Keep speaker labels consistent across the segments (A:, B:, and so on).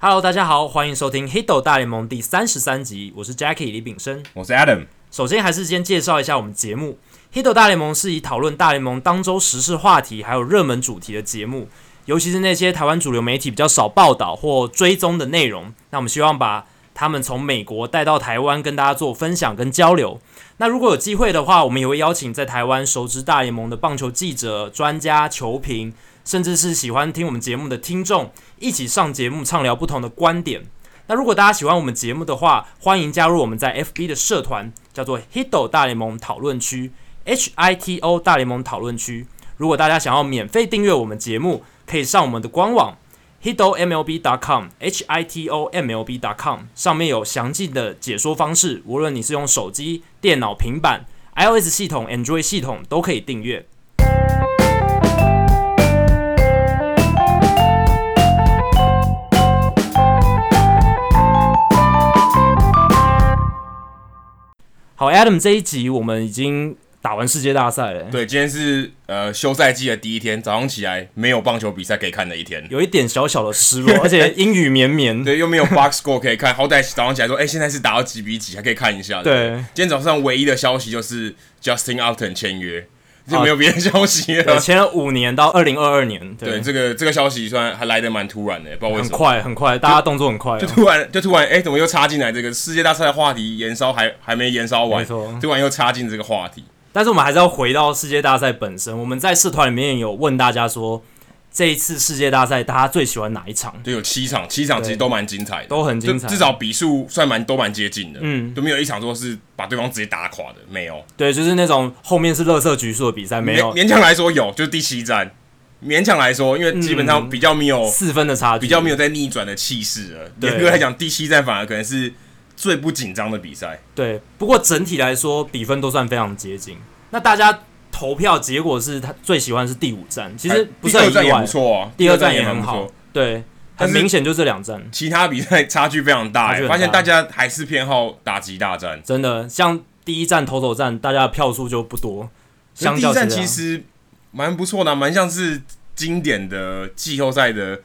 A: Hello，大家好，欢迎收听《Hiddle 大联盟》第三十三集，我是 Jackie 李炳生。
B: 我是 Adam，
A: 首先还是先介绍一下我们节目，《Hiddle 大联盟》是以讨论大联盟当周时事话题还有热门主题的节目，尤其是那些台湾主流媒体比较少报道或追踪的内容。那我们希望把他们从美国带到台湾，跟大家做分享跟交流。那如果有机会的话，我们也会邀请在台湾熟知大联盟的棒球记者、专家、球评，甚至是喜欢听我们节目的听众，一起上节目畅聊不同的观点。那如果大家喜欢我们节目的话，欢迎加入我们在 FB 的社团，叫做 Hito 大联盟讨论区 （H I T O 大联盟讨论区）。如果大家想要免费订阅我们节目，可以上我们的官网 hito mlb.com h i t o m l b.com，上面有详尽的解说方式。无论你是用手机、电脑、平板、iOS 系统、Android 系统，都可以订阅。好，Adam 这一集我们已经打完世界大赛了，
B: 对，今天是呃休赛季的第一天，早上起来没有棒球比赛可以看的一天，
A: 有一点小小的失落，而且阴雨绵绵。
B: 对，又没有 box score 可以看，好歹早上起来说，哎、现在是打到几比几，还可以看一下。
A: 对
B: 今天早上唯一的消息就是 Justin Upton 签约，就没有别的消息
A: 啊对，
B: 了。
A: 签了五年到二零二二年，
B: 对，
A: 对，
B: 这个这个消息算还来得蛮突然的，不知道为
A: 很
B: 什么。
A: 快很快，大家动作很快、哦。
B: 突然就突然，哎、怎么又插进来这个世界大赛的话题？延烧还还没延烧完
A: 没错，
B: 突然又插进这个话题。
A: 但是我们还是要回到世界大赛本身。我们在社团里面有问大家说，这一次世界大赛大家最喜欢哪一场？
B: 就有七场，七场其实都蛮精彩的，
A: 都很精彩
B: 就至少比数算蛮都蛮接近的，
A: 嗯
B: 嗯，都没有一场说是把对方直接打垮的，没有，
A: 对，就是那种后面是乐色局数的比赛，没有
B: 勉勉强来说有，就是第七战，勉强来说，因为基本
A: 嗯
B: 上比较没有、
A: 四分的差距，
B: 比较没有在逆转的气势了，
A: 对
B: 严格来讲，第七战反而可能是最不紧张的比赛，
A: 对。不过整体来说，比分都算非常接近。那大家投票结果是他最喜欢是第五站，其实
B: 哎
A: 不
B: 第
A: 是
B: 二
A: 很
B: 战
A: 意
B: 也
A: 外
B: 不。错啊，
A: 第二站
B: 也
A: 也
B: 蛮
A: 很
B: 不
A: 好
B: 错，，
A: 对，很
B: 但是
A: 明显就这两站。
B: 其他比赛差距非常大、
A: 差
B: 欸
A: 距很大
B: 发现大家还是偏好打击大战。
A: 真的，像第一站投手战，大家的票数就不多。
B: 那
A: 相
B: 第
A: 较
B: 一
A: 之下
B: 站其实蛮不错的啊、蛮像是经典的季后赛的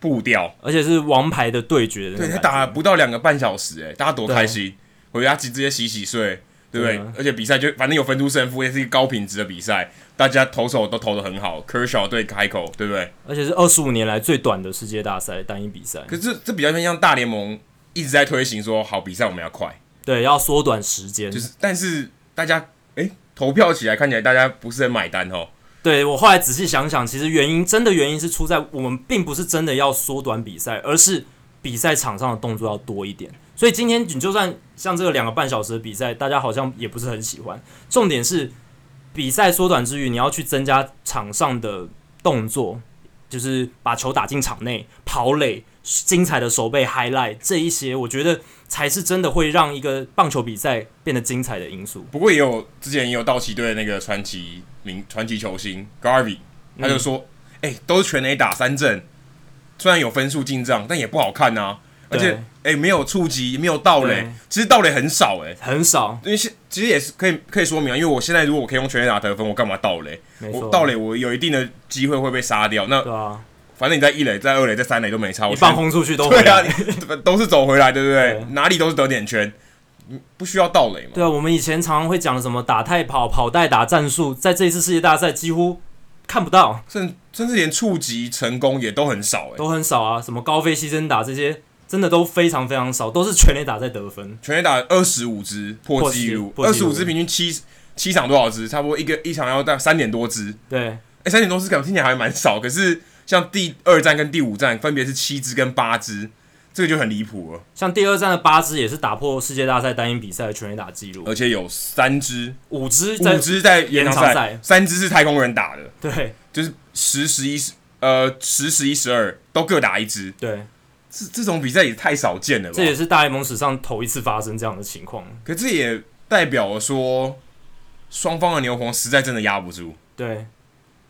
B: 步调。
A: 而且是王牌的对决的那
B: 对，
A: 种感
B: 才
A: 觉，啊
B: 打了不到两个半小时、哎，大家多开心！回家直接洗洗睡，对不对？
A: 对啊
B: 而且比赛就反正有分出胜负，也是一个高品质的比赛，大家投手都投的很好。Kershaw 对开口，对不对？
A: 而且是二十五年来最短的世界大赛单一比赛，
B: 可是这这比较偏向大联盟一直在推行说，好比赛我们要快，
A: 对，要缩短时间。
B: 就是但是大家哎、投票起来看起来大家不是很买单哦。
A: 对我后来仔细想想，其实原因真的原因是出在我们并不是真的要缩短比赛，而是比赛场上的动作要多一点。所以今天你就算像这个两个半小时的比赛，大家好像也不是很喜欢。重点是比赛缩短之余，你要去增加场上的动作，就是把球打进场内、跑垒、精彩的手背 highlight 这一些，我觉得才是真的会让一个棒球比赛变得精彩的因素。
B: 不过也有之前也有道奇队的那个传奇名传奇球星 Garvey，他就
A: 嗯
B: 说：“哎、都是全垒打三阵，虽然有分数进账，但也不好看啊。而
A: 对
B: 且哎、没有触及，没有盗垒
A: 对，
B: 其实盗垒很少哎、
A: 很少，
B: 因为现其实也是可以可以说明啊，因为我现在如果我可以用全垒打得分，我干嘛盗垒？
A: 没错
B: 我盗垒我有一定的机会会被杀掉。那
A: 对啊，
B: 反正你在一垒、在二垒、在三垒都没差，我
A: 一放
B: 全
A: 轰出去都
B: 对
A: 回来
B: 啊，你 都是走回来，对不对？
A: 对
B: 哪里都是得点圈，不需要盗垒嘛。
A: 对啊，我们以前常常会讲的什么打太跑、跑带打战术，在这一次世界大赛几乎看不到，
B: 甚甚至连触及成功也都很少哎、
A: 都很少啊。什么高飞牺牲打这些，真的都非常非常少，都是全垒打在得分。
B: 全垒打二十五支破纪录，
A: 破
B: 二
A: 纪
B: 十
A: 录
B: 五支平均七七场多少支？差不多一个一场要到三点多支，
A: 对，
B: 哎、三点多支感觉听起来还蛮少，可是像第二战跟第五战分别是七支跟八支，这个就很离谱了，
A: 像第二站的八支也是打破世界大赛单一比赛的全垒打纪录，
B: 而且有三支
A: 五支在
B: 呃五支在延
A: 延
B: 长
A: 长赛
B: 赛，三支是太空人打的，
A: 对
B: 就是十十一十呃十十一十二都各打一支，
A: 对，
B: 这这种比赛也太少见了吧？
A: 这也是大联盟史上头一次发生这样的情况。
B: 可这也代表了说，双方的牛棚实在真的压不住。
A: 对，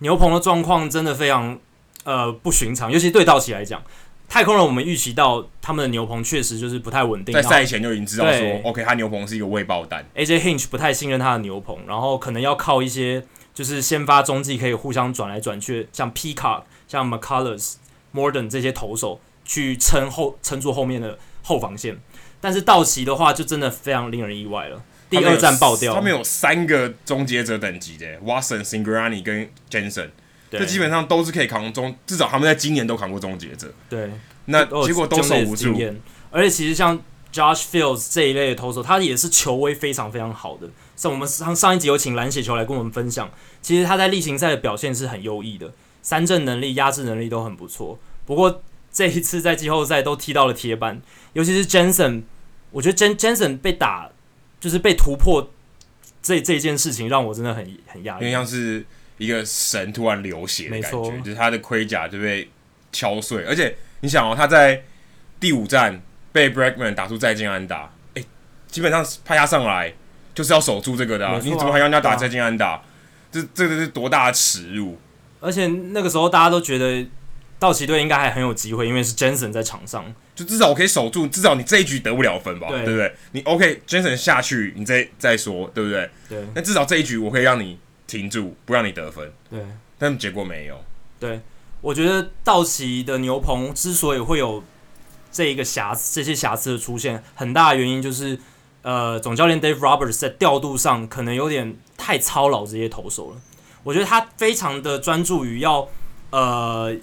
A: 牛棚的状况真的非常呃不寻常，尤其对道奇来讲，太空人我们预期到他们的牛棚确实就是不太稳定，
B: 在
A: 然后
B: 赛前就已经知道
A: 对
B: 说，OK，他牛棚是一个未爆弹，
A: AJ Hinch 不太信任他的牛棚，然后可能要靠一些就是先发中继可以互相转来转去，像 Peacock、像 McCullers、Morden 这些投手去撑后撑住后面的后防线。但是道奇的话，就真的非常令人意外了，第二战爆掉，
B: 他们有三个终结者等级的，Watson、Singrani 跟 Jensen，
A: 对
B: 这基本上都是可以扛中，至少他们在今年都扛过终结者。
A: 对，
B: 那
A: 有
B: 结果都守不
A: 经
B: 住，
A: 验。而且其实像 Josh Fields 这一类的投手，他也是球威非常非常好的。像我们上上一集有请蓝血球来跟我们分享，其实他在例行赛的表现是很优异的，三振能力、压制能力都很不错。不过这一次在季后赛都踢到了铁板，尤其是 Jensen，我觉得 Jen Jensen 被打就是被突破这这件事情，让我真的很很压
B: 有点
A: 抑。
B: 像是一个神突然流血的感
A: 没
B: 觉
A: 错，
B: 就是他的盔甲就被敲碎。而且你想哦，他在第五站被 Bregman 打出再见安打，哎、基本上派他上来就是要守住这个的、啊
A: 没，错啊
B: 你怎么还让人家打
A: 对啊
B: 再见安打？这这个是多大的耻辱！
A: 而且那个时候大家都觉得道奇队应该还很有机会，因为是 Jensen 在场上。
B: 就至少我可以守住，至少你这一局得不了分吧，
A: 对
B: 对不对？你 OK，Jason 下去，你再再说，对不对？
A: 对
B: 那至少这一局我可以让你停住，不让你得分，
A: 对。
B: 但结果没有。
A: 我觉得道奇的牛棚之所以会有这一个瑕疵，这些瑕疵的出现，很大的原因就是，呃，总教练 Dave Roberts 在调度上可能有点太操劳这些投手了。我觉得他非常的专注于要，呃，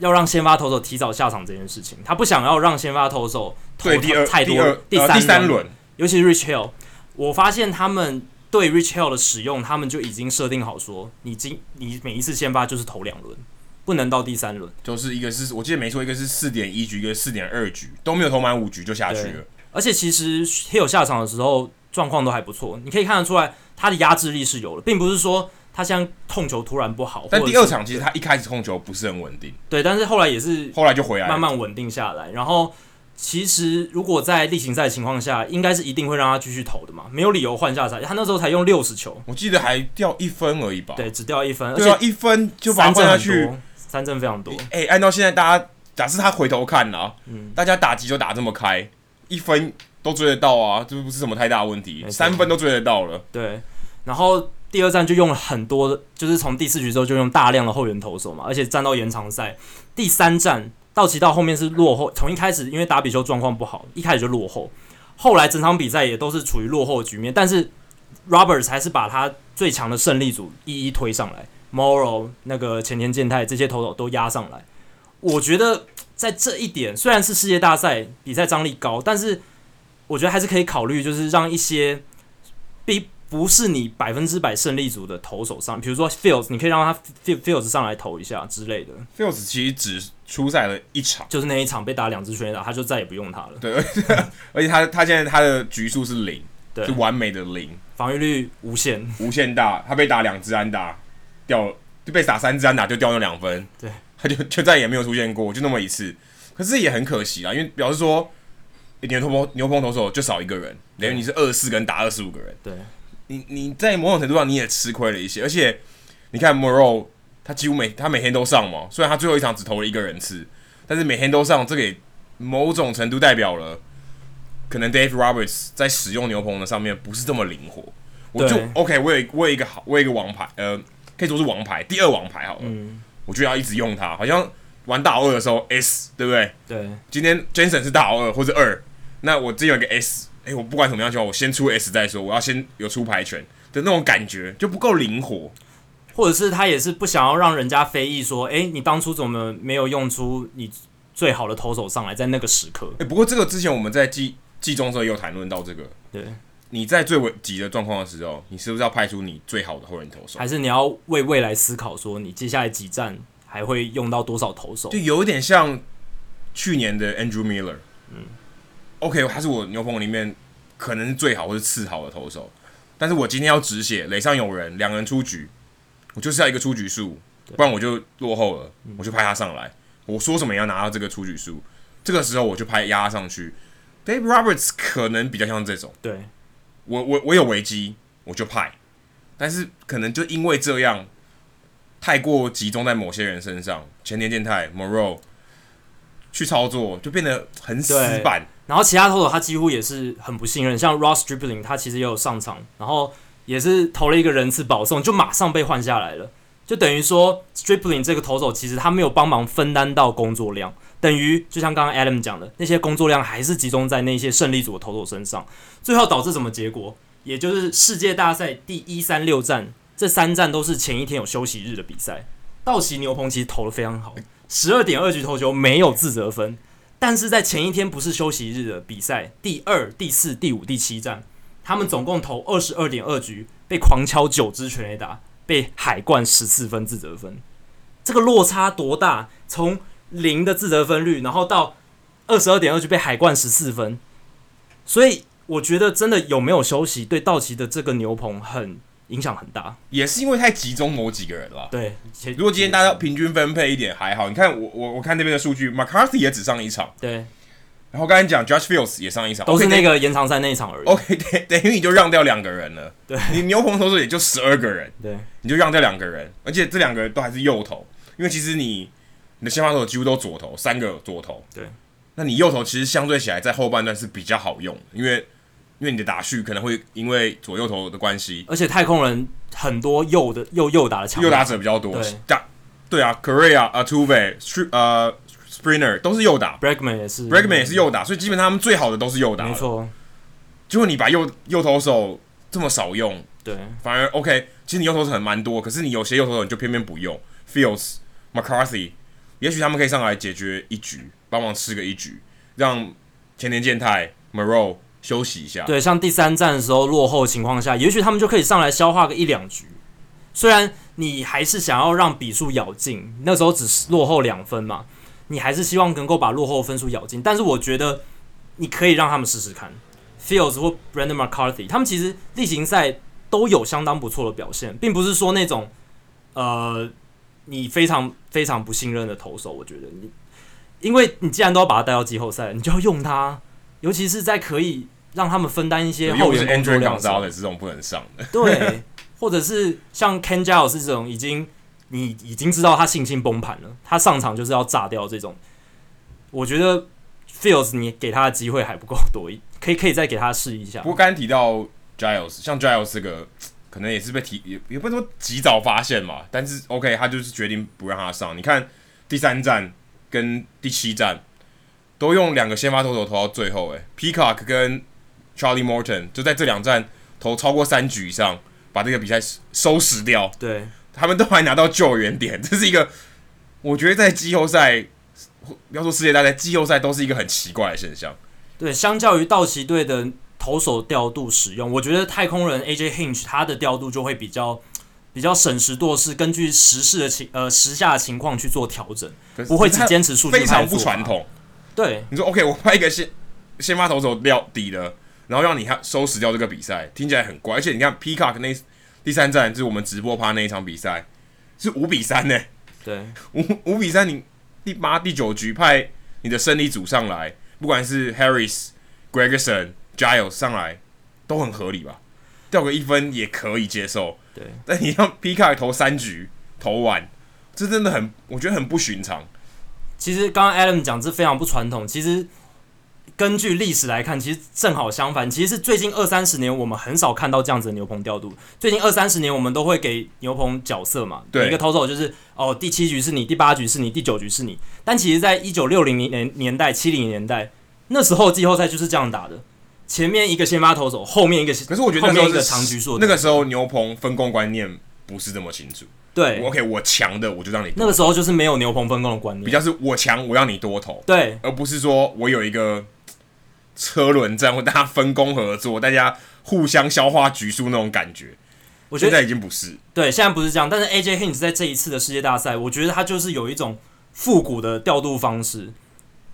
A: 要让先发投手提早下场这件事情，他不想要让先发投手投
B: 对，第二、
A: 太
B: 第
A: 多
B: 二、
A: 第
B: 呃
A: 三
B: 第三
A: 轮
B: 轮，
A: 尤其是 Rich Hill，我发现他们对 Rich Hill 的使用，他们就已经设定好说，你今你每一次先发就是投两轮，不能到第三轮。
B: 就是一个是我记得没错，一个是四点一局，一个四点二局，都没有投满五局就下去
A: 对
B: 了。
A: 而且其实 Hill 下场的时候状况都还不错，你可以看得出来他的压制力是有的，并不是说他像控球突然不好，
B: 但
A: 或者
B: 第二
A: 是
B: 场其实他一开始控球不是很稳定，
A: 对，但是后来也是
B: 后来就回来
A: 慢
B: 了。
A: 慢稳定下来。然后其实如果在例行赛的情况下，应该是一定会让他继续投的嘛，没有理由换下场。他那时候才用六十球，
B: 我记得还掉一分而已吧？，
A: 对，只掉一分，而
B: 对啊
A: 且，
B: 一分就把他
A: 三
B: 换
A: 振
B: 下
A: 很
B: 去。
A: 多，三振非常多。
B: 哎、按照现在大家，假设他回头看啦、
A: 嗯
B: 大家打击就打这么开，一分都追得到啊，这不是什么太大的问题
A: 没，错
B: 三分都追得到了。
A: 对，然后第二站就用了很多的，就是从第四局之后就用大量的后援投手嘛，而且站到延长赛。第三站道奇到后面是落后，从一开始因为打比修状况不好，一开始就落后，后来整场比赛也都是处于落后的局面，但是 Roberts 还是把他最强的胜利组一一推上来，Morrow 那个前田健太这些投手都压上来。我觉得在这一点，虽然是世界大赛比赛张力高，但是我觉得还是可以考虑，就是让一些并不是你百分之百胜利组的投手上，比如说 Fields，你可以让他 Fields Fields 上来投一下之类的。
B: Fields 其实只出赛了一场，
A: 就是那一场被打两支全垒打，他就再也不用他了。
B: 对，而且而且他他现在他的局数是零，
A: 对
B: 是，完美的零，
A: 防御率无限，
B: 无限大。他被打两支安打，掉就被打三支安打就掉那两分，
A: 对，
B: 他就就再也没有出现过，就那么一次。可是也很可惜啦，因为表示说，你的牛棚牛棚投手就少一个人，等于你是二四个人打二十五个人。
A: 对
B: 你你在某种程度上你也吃亏了一些，而且你看 Moro 他几乎每他每天都上嘛，虽然他最后一场只投了一个人次，但是每天都上，这个也某种程度代表了可能 Dave Roberts 在使用牛棚的上面不是这么灵活。我就
A: 对
B: OK，我有一我有一个好，我有一个王牌，呃，可以说是王牌，第二王牌好了，我就要一直用它，好像玩大二的时候 S 对不对？
A: 对
B: 今天 Jason 是大二或者二，那我这有一个 S，哎、我不管什么样情况，我先出 S 再说，我要先有出牌权的那种感觉就不够灵活。
A: 或者是他也是不想要让人家非议说，诶，你当初怎么没有用出你最好的投手上来，在那个时刻？
B: 哎、不过这个之前我们在季季中的时候也有谈论到这个，
A: 对，
B: 你在最危急的状况的时候，你是不是要派出你最好的后援投手？
A: 还是你要为未来思考，说你接下来几站还会用到多少投手
B: 就？有一点像去年的 Andrew Miller，嗯，OK，他是我牛棚里面可能是最好或是次好的投手，但是我今天要止血，垒上有人，两人出局，我就是要一个出局数，不然我就落后了，我就派他上来，我说什么也要拿到这个出局数，这个时候我就拍压他上去。Dave Roberts 可能比较像这种，
A: 对，
B: 我我我有危机，我就派，但是可能就因为这样，太过集中在某些人身上，前田健太、Moro 去操作，就变得很死板。
A: 然后其他投手他几乎也是很不信任，像 Ross Stripling 他其实也有上场，然后也是投了一个人次保送，就马上被换下来了。就等于说 Stripling 这个投手其实他没有帮忙分担到工作量，等于就像刚刚 Adam 讲的，那些工作量还是集中在那些胜利组的投手身上，最后导致什么结果？也就是世界大赛第一三六战，这三战都是前一天有休息日的比赛。道奇牛棚其实投的非常好，十二点二局投球没有自责分，但是在前一天不是休息日的比赛，第二、第四、第五、第七战，他们总共投二十二点二局，被狂敲九支全垒打，被海冠十四分自责分，这个落差多大？从零的自责分率，然后到二十二点二去被海冠十四分，所以我觉得真的有没有休息对道奇的这个牛棚很影响很大。
B: 也是因为太集中某几个人了。
A: 对，其实
B: 如果今天大家平均分配一点还好，你看我我我看那边的数据，McCarthy 也只上一场，
A: 对
B: 然后刚才讲 Josh Fields 也上一场，
A: 都是
B: OK，
A: 那个延长赛那一场而已。
B: OK，等等于你就让掉两个人了。
A: 对，
B: 你牛棚投手也就十二个人，
A: 对
B: 你就让掉两个人，而且这两个人都还是右投，因为其实你你的先发投手几乎都左投，三个左投。
A: 对，
B: 那你右投其实相对起来在后半段是比较好用的，因为因为你的打序可能会因为左右投的关系，
A: 而且太空人很多右的右右打的强
B: 右
A: 打，
B: 打者比较多
A: 对。
B: 打对啊，Korea 啊 t u v e 呃 Sprinter 都是右打
A: Bregman 也是
B: ，Bregman 也是右打，所以基本上他们最好的都是右打。
A: 没，错，
B: 结果你把右右投手这么少用，
A: 对
B: 反而 OK，其实你右投手很蛮多，可是你有些右投手你就偏偏不用，Fields、McCarthy，也许他们可以上来解决一局，帮忙吃个一局，让前田健太、Moro 休息一下。
A: 对，像第三战的时候落后情况下，也许他们就可以上来消化个一两局。虽然你还是想要让比数咬进，那时候只是落后两分嘛，你还是希望能够把落后分数咬进。但是我觉得你可以让他们试试看，Fields 或 Brandon McCarthy，他们其实例行赛都有相当不错的表现，并不是说那种呃你非常非常不信任的投手。我觉得你，因为你既然都要把他带到季后赛，你就要用他，尤其是在可以让他们分担一些
B: 又
A: 后
B: 不是
A: 援工作
B: Andrew
A: 量的时候
B: Gonzalez 这种不能上的，
A: 对， 或者是像 Ken Giles 这种已经你已经知道他信心崩盘了，他上场就是要炸掉这种，我觉得 Fields 你给他的机会还不够多，可以可以再给他试一下
B: 不。过刚才提到 Giles，像 Giles 这个可能也是被提，也也不是说及早发现嘛，但是 OK，他就是决定不让他上。你看第三站跟第七站都用两个先发投手投到最后、欸，Peacock 跟 Charlie Morton 就在这两站投超过三局以上，把这个比赛收拾掉，
A: 对，
B: 他们都还拿到救援点，这是一个我觉得在季后赛，不要说世界大赛，季后赛都是一个很奇怪的现象。
A: 对，相较于道奇队的投手调度使用，我觉得太空人 AJ Hinch 他的调度就会比较比较审时度势，根据时事的情呃时下的情况去做调整，
B: 可是
A: 不会
B: 可是
A: 只
B: 他
A: 坚持数据
B: 非
A: 派
B: 常
A: 的
B: 不
A: 做法
B: 传。统。
A: 对，
B: 你说 OK，我派一个先先发投手料底的，然后让你他收拾掉这个比赛，听起来很怪。而且你看 Peacock 那第三站，就是我们直播趴那一场比赛，是五比三呢、
A: 对，
B: 五五比三，你第八、第九局派你的胜利组上来，不管是 Harris、Gregerson、Giles 上来，都很合理吧？掉个一分也可以接受。
A: 对，
B: 但你让 Peacock 投三局投完，这真的很，我觉得很不寻常。
A: 其实刚刚 Adam 讲这非常不传统，其实根据历史来看，其实正好相反。其实是最近二三十年，我们很少看到这样子的牛棚调度。最近二三十年，我们都会给牛棚角色嘛，
B: 对
A: 每个投手就是哦，第七局是你，第八局是你，第九局是你。但其实，在一九六零年年代、七零年代，那时候季后赛就是这样打的，前面一个先发投手，后面一个
B: 可是我觉得
A: 后
B: 那时
A: 面
B: 候
A: 一
B: 是
A: 个长局数
B: 那
A: 的
B: 个时候牛棚分工观念不是这么清楚。
A: 对
B: 我 OK，我强的我就让你
A: 哎那
B: 多，
A: 个时候就是没有牛棚分工的观
B: 比
A: 念，
B: 较是我强我让你多投，
A: 对
B: 而不是说我有一个嘖车轮战或大家分工合作，大家互相消化局数那种感觉。
A: 我觉
B: 现
A: 得
B: 在已经不是，
A: 对，现在不是这样，但是 AJ Hinch 在这一次的世界大赛，我觉得他就是有一种复古的调度方式。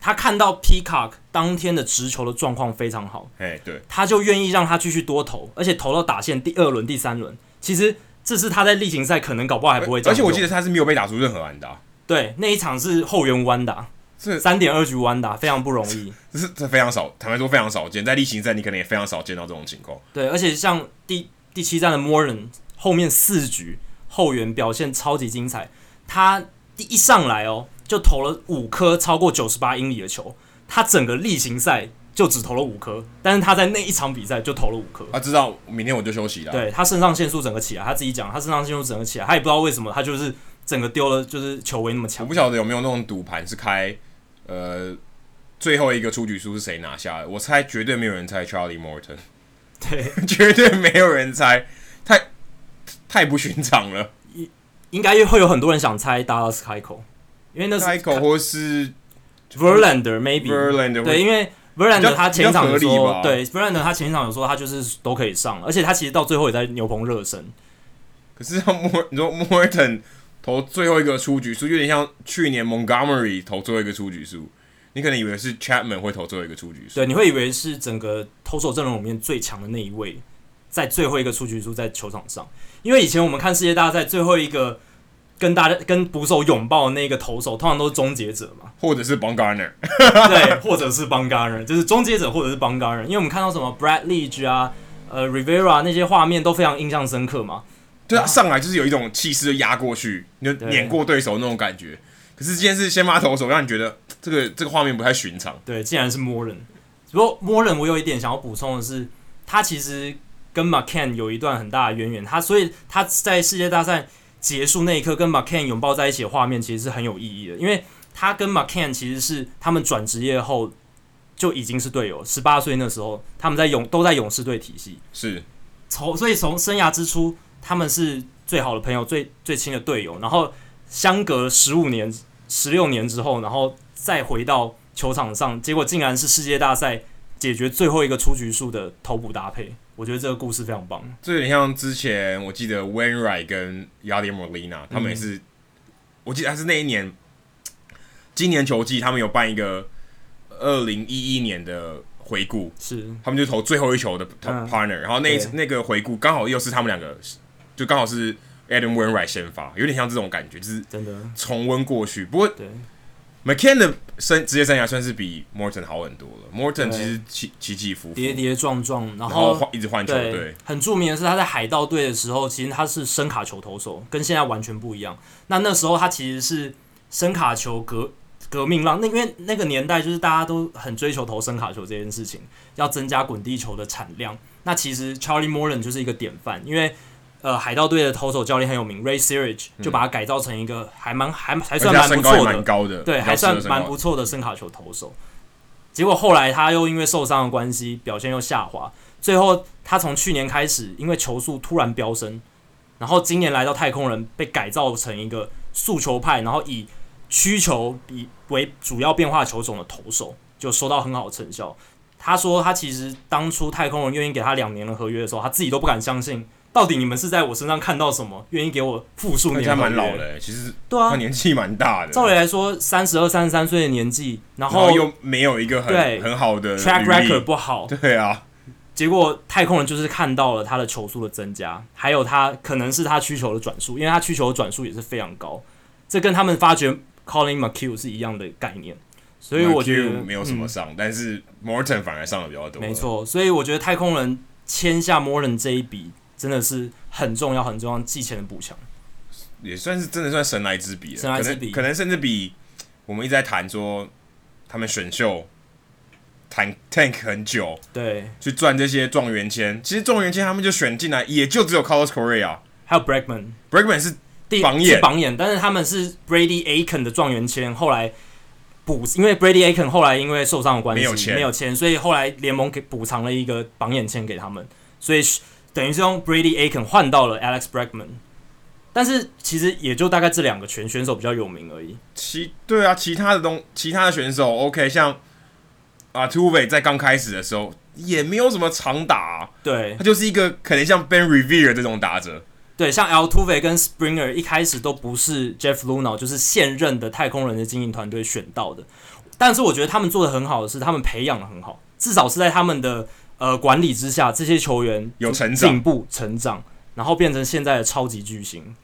A: 他看到 Peacock 当天的直球的状况非常好，
B: 哎，对，
A: 他就愿意让他继续多投，而且投到打线第二轮、第三轮。其实这是他在例行赛可能搞不好还不会这
B: 而
A: 样
B: 且
A: 用。
B: 我记得他是没有被打出任何安啊打，
A: 对那一场是后援弯打，
B: 这
A: 三点二局弯打，非常不容易。
B: 这是这非常少，坦白说非常少见，在例行赛你可能也非常少见到这种情况。
A: 对，而且像第第七站的 Moran 后面四局后援表现超级精彩，他第一上来哦就投了五颗超过九十八英里的球，他整个例行赛就只投了五颗，但是他在那一场比赛就投了五颗。
B: 啊，知道明天我就休息了。啊
A: 对他肾上腺素整个起来，他自己讲他肾上腺素整个起来，他也不知道为什么他就是整个丢了，就是球威那么
B: 我
A: 强
B: 不。晓得有没有那种赌盘是开呃，最后一个出局数是谁拿下的？我猜绝对没有人猜 Charlie Morton，
A: 对，
B: 绝对没有人猜，太太不寻常了。
A: 应该会有很多人想猜 Dallas Keiko，因为那是
B: c 口或是
A: Verlander maybe
B: Verlander，
A: 对，因为
B: 比较
A: Verlander 他前一场有
B: 比较合理
A: 说，
B: 吧
A: 对 Verlander 他前一场有说他就是都可以上，而且他其实到最后也在牛棚热身，
B: 可是像莫，你说 Morton 投最后一个出局数，有点像去年 Montgomery 投最后一个出局数。你可能以为是 Chapman 会投最后一个出局数，
A: 对，你会以为是整个投手阵容里面最强的那一位，在最后一个出局数在球场上，因为以前我们看世界大赛最后一个跟大家跟捕手拥抱的那个投手，通常都是终结者 嘛，
B: 或者是 b o n g a r n e r
A: 对，或者是邦嘎人，就是终结者或者是邦嘎人，因为我们看到什么 Brad Leach 啊，呃 Rivera 那些画面都非常印象深刻嘛，
B: 对他上来就是有一种气势就压过去，你就
A: 啊对
B: 碾过对手那种感觉。可是今天是先发投手，让你觉得这个这个画面不太寻常。
A: 对，竟然是摸人。不过摸人，我有一点想要补充的是，他其实跟 McCann 有一段很大的渊源，他所以他在世界大赛结束那一刻跟 McCann 拥抱在一起的画面，其实是很有意义的，因为他跟 McCann 其实是他们转职业后就已经是队友，十八岁那时候他们在勇都在勇士队体系，
B: 是
A: 从所以从生涯之初，他们是最好的朋友、最最亲的队友，然后相隔十五年、十六年之后，然后再回到球场上，结果竟然是世界大赛解决最后一个出局数的头补搭配。我觉得这个故事非常棒。
B: 这有点像之前我记得 Wainwright 跟 Yadier Molina 他们
A: 嗯
B: 也是，我记得他是那一年，今年球季他们有办一个二零一一年的回顾，
A: 是，
B: 他们就投最后一球的 p-
A: 嗯
B: partner，、然后那一次那个回顾刚好又是他们两个，就刚好是 Adam Wainwright 先发，有点像这种感觉，就是
A: 真的，
B: 重温过去。不过
A: 对
B: McCann 的生职业生涯算是比 Morton 好很多了
A: 对
B: ，Morton 其实起起起伏伏，
A: 跌跌撞撞，然
B: 然
A: 后
B: 后换一直换球队
A: 对，，很著名的是他在海盗队的时候，其实他是深卡球投手，跟现在完全不一样。那那时候他其实是深卡球革革命浪，那因为那个年代就是大家都很追求投深卡球这件事情，要增加滚地球的产量。那其实 Charlie Morton 就是一个典范，因为呃海盗队的投手教练很有名，Ray Searage 就把他改造成一个还蛮还还
B: 而
A: 算
B: 且
A: 蛮
B: 他
A: 不
B: 身高也
A: 错的
B: 蛮，高的，
A: 对，
B: 比较
A: 还
B: 适合
A: 算
B: 身
A: 蛮
B: 高
A: 不错的声卡球投手。结果后来他又因为受伤的关系，表现又下滑。最后他从去年开始，因为球速突然飙升，然后今年来到太空人，被改造成一个速球派，然后以曲球以为主要变化球种的投手，就收到很好的成效。他说他其实当初太空人愿意给他两年的合约的时候，他自己都不敢相信，到底你们是在我身上看到什么，愿意给我复数
B: 而且
A: 年
B: 他
A: 合
B: 蛮
A: 约
B: 老的、欸，其实
A: 对啊
B: 他，年纪蛮大的，
A: 照理来说，三十二、三十三岁的年纪，然
B: 然后
A: 后
B: 又没有一个很
A: 对
B: 很好的
A: track
B: 履历
A: record 不好，
B: 对啊，
A: 结果太空人就是看到了他的球速的增加，还有他可能是他需求的转速，因为他需求的转速也是非常高，这跟他们发掘 Colin McHugh 是一样的概念，所以我觉得
B: McHugh 没有什么
A: 嗯
B: 上，但是 Morton 反而上的比较多。
A: 没，错，所以我觉得太空人签下 Moran 这一笔真的是很重要、很重要季前的补强。
B: 也算是真的算神来之笔了，
A: 神来之笔
B: 可能可能甚至比我们一直在谈说他们选秀谈 tank 很久
A: 对，
B: 去赚这些状元签，其实状元签他们就选进来，也就只有 Carlos Correa、
A: 还有 Bregman，
B: Bregman 是
A: 第
B: 榜眼
A: 是榜眼，但是他们是 Brady Aiken 的状元签，后来补，因为 Brady Aiken 后来因为受伤的关系
B: 没有签
A: 签，所以后来联盟给补偿了一个榜眼签给他们，所以是等于是用 Brady Aiken 换到了 Alex Bregman，但是其实也就大概这两个全选手比较有名而已。
B: 其对啊，其他的东其他的选手 OK，像啊 t u v e 在刚开始的时候也没有什么长打啊、
A: 对
B: 他就是一个可能像 Ben Revere 这种打者，
A: 对，像 L Tuve 跟 Springer 一开始都不是 Jeff Luno，就是现任的太空人的经营团队选到的。但是我觉得他们做的很好的是，他们培养的很好，至少是在他们的呃管理之下，这些球员
B: 有成长
A: 进步、成长，然后变成现在的超级巨星。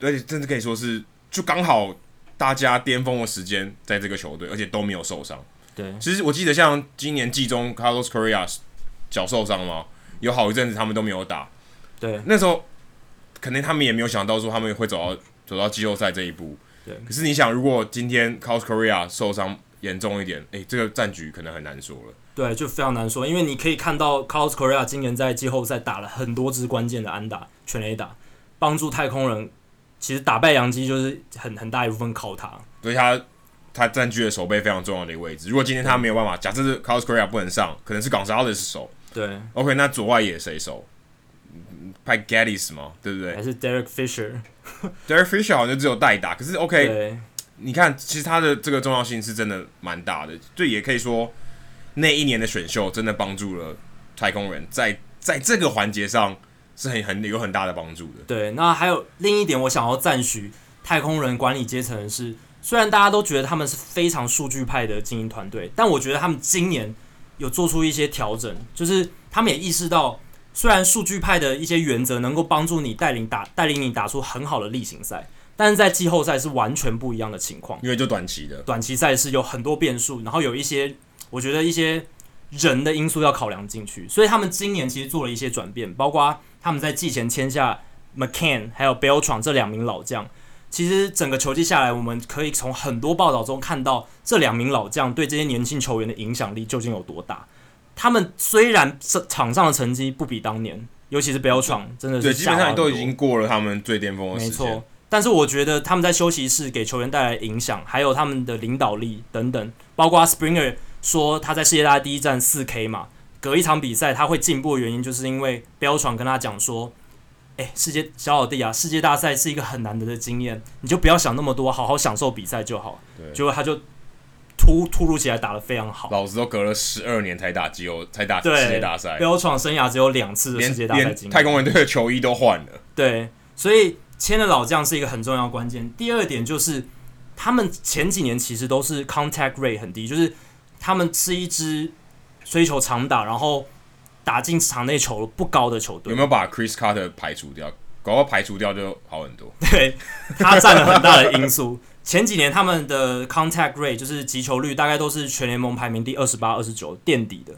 B: 而且甚至可以说是就刚好大家巅峰的时间在这个球队，而且都没有受伤。
A: 对
B: 其实我记得像今年季中 Carlos Correa 脚受伤嘛，有好一阵子他们都没有打，
A: 对，
B: 那时候可能他们也没有想到说他们会走到走到季后赛这一步。
A: 对
B: 可是你想，如果今天 Carlos Correa 受伤严重一点，诶、这个战局可能很难说了。
A: 对，就非常难说，因为你可以看到 Carlos Correa 今年在季后赛打了很多支关键的安打、全垒打，帮助太空人其实打败洋基就是很很大一部分靠他。
B: 所以他他占据了守备非常重要的一个位置。如果今天他没有办法，假设是 Carlos Correa 不能上，可能是 Gonzalez 守
A: 对，
B: ，OK，那左外野谁守？嗯派 Gaddis 吗？对不对
A: 还是 Derek Fisher，
B: ？Derek Fisher 好像就只有代打，可是 OK，
A: 对，
B: 你看，其实他的这个重要性是真的蛮大的，就也可以说那一年的选秀真的帮助了太空人在在这个环节上是很很有很大的帮助的。
A: 对，那还有另一点，我想要赞许太空人管理阶层的是，虽然大家都觉得他们是非常数据派的精英团队，但我觉得他们今年有做出一些调整，就是他们也意识到，虽然数据派的一些原则能够帮助你带领打带领你打出很好的例行赛，但是在季后赛是完全不一样的情况。
B: 因为就短期的，
A: 短期赛事有很多变数，然后有一些我觉得一些人的因素要考量进去，所以他们今年其实做了一些转变，包括他们在季前签下 McCann 还有 Beltran 这两名老将。其实整个球季下来，我们可以从很多报道中看到这两名老将对这些年轻球员的影响力究竟有多大。他们虽然这场上的成绩不比当年，尤其是 Beltran 真的是
B: 对，基
A: 下滑
B: 本上
A: 很
B: 你都
A: 多
B: 已经过了他们最巅峰的
A: 没
B: 哦时间
A: 错。，但是我觉得他们在休息室给球员带来的影响，还有他们的领导力等等，包括 Springer 说他在世界大赛第一站四 K 嘛，隔一场比赛他会进步的原因，就是因为标闯跟他讲说。哎、世界小老弟啊，世界大赛是一个很难得的经验，你就不要想那么多，好好享受比赛就好。
B: 对，
A: 结果他就突突如其来打得非常好，
B: 老子都隔了十二年才打季后，才打世
A: 对
B: 界大赛，
A: 标闯生涯只有两次的
B: 连
A: 世界大赛经
B: 连
A: 验。
B: 太空人队的球衣都换了。
A: 对，所以签了老将是一个很重要的关键。第二点就是，他们前几年其实都是 contact rate 很低，就是他们是一支追求长打，然后打进场内球不高的球
B: 有
A: 队
B: 没。有把 Chris Carter 排除掉？搞到排除掉就好很多。
A: 对，他占了很大的因素。 前几年他们的 contact rate 就是击球率，大概都是全联盟排名第二十八、二十九垫底的。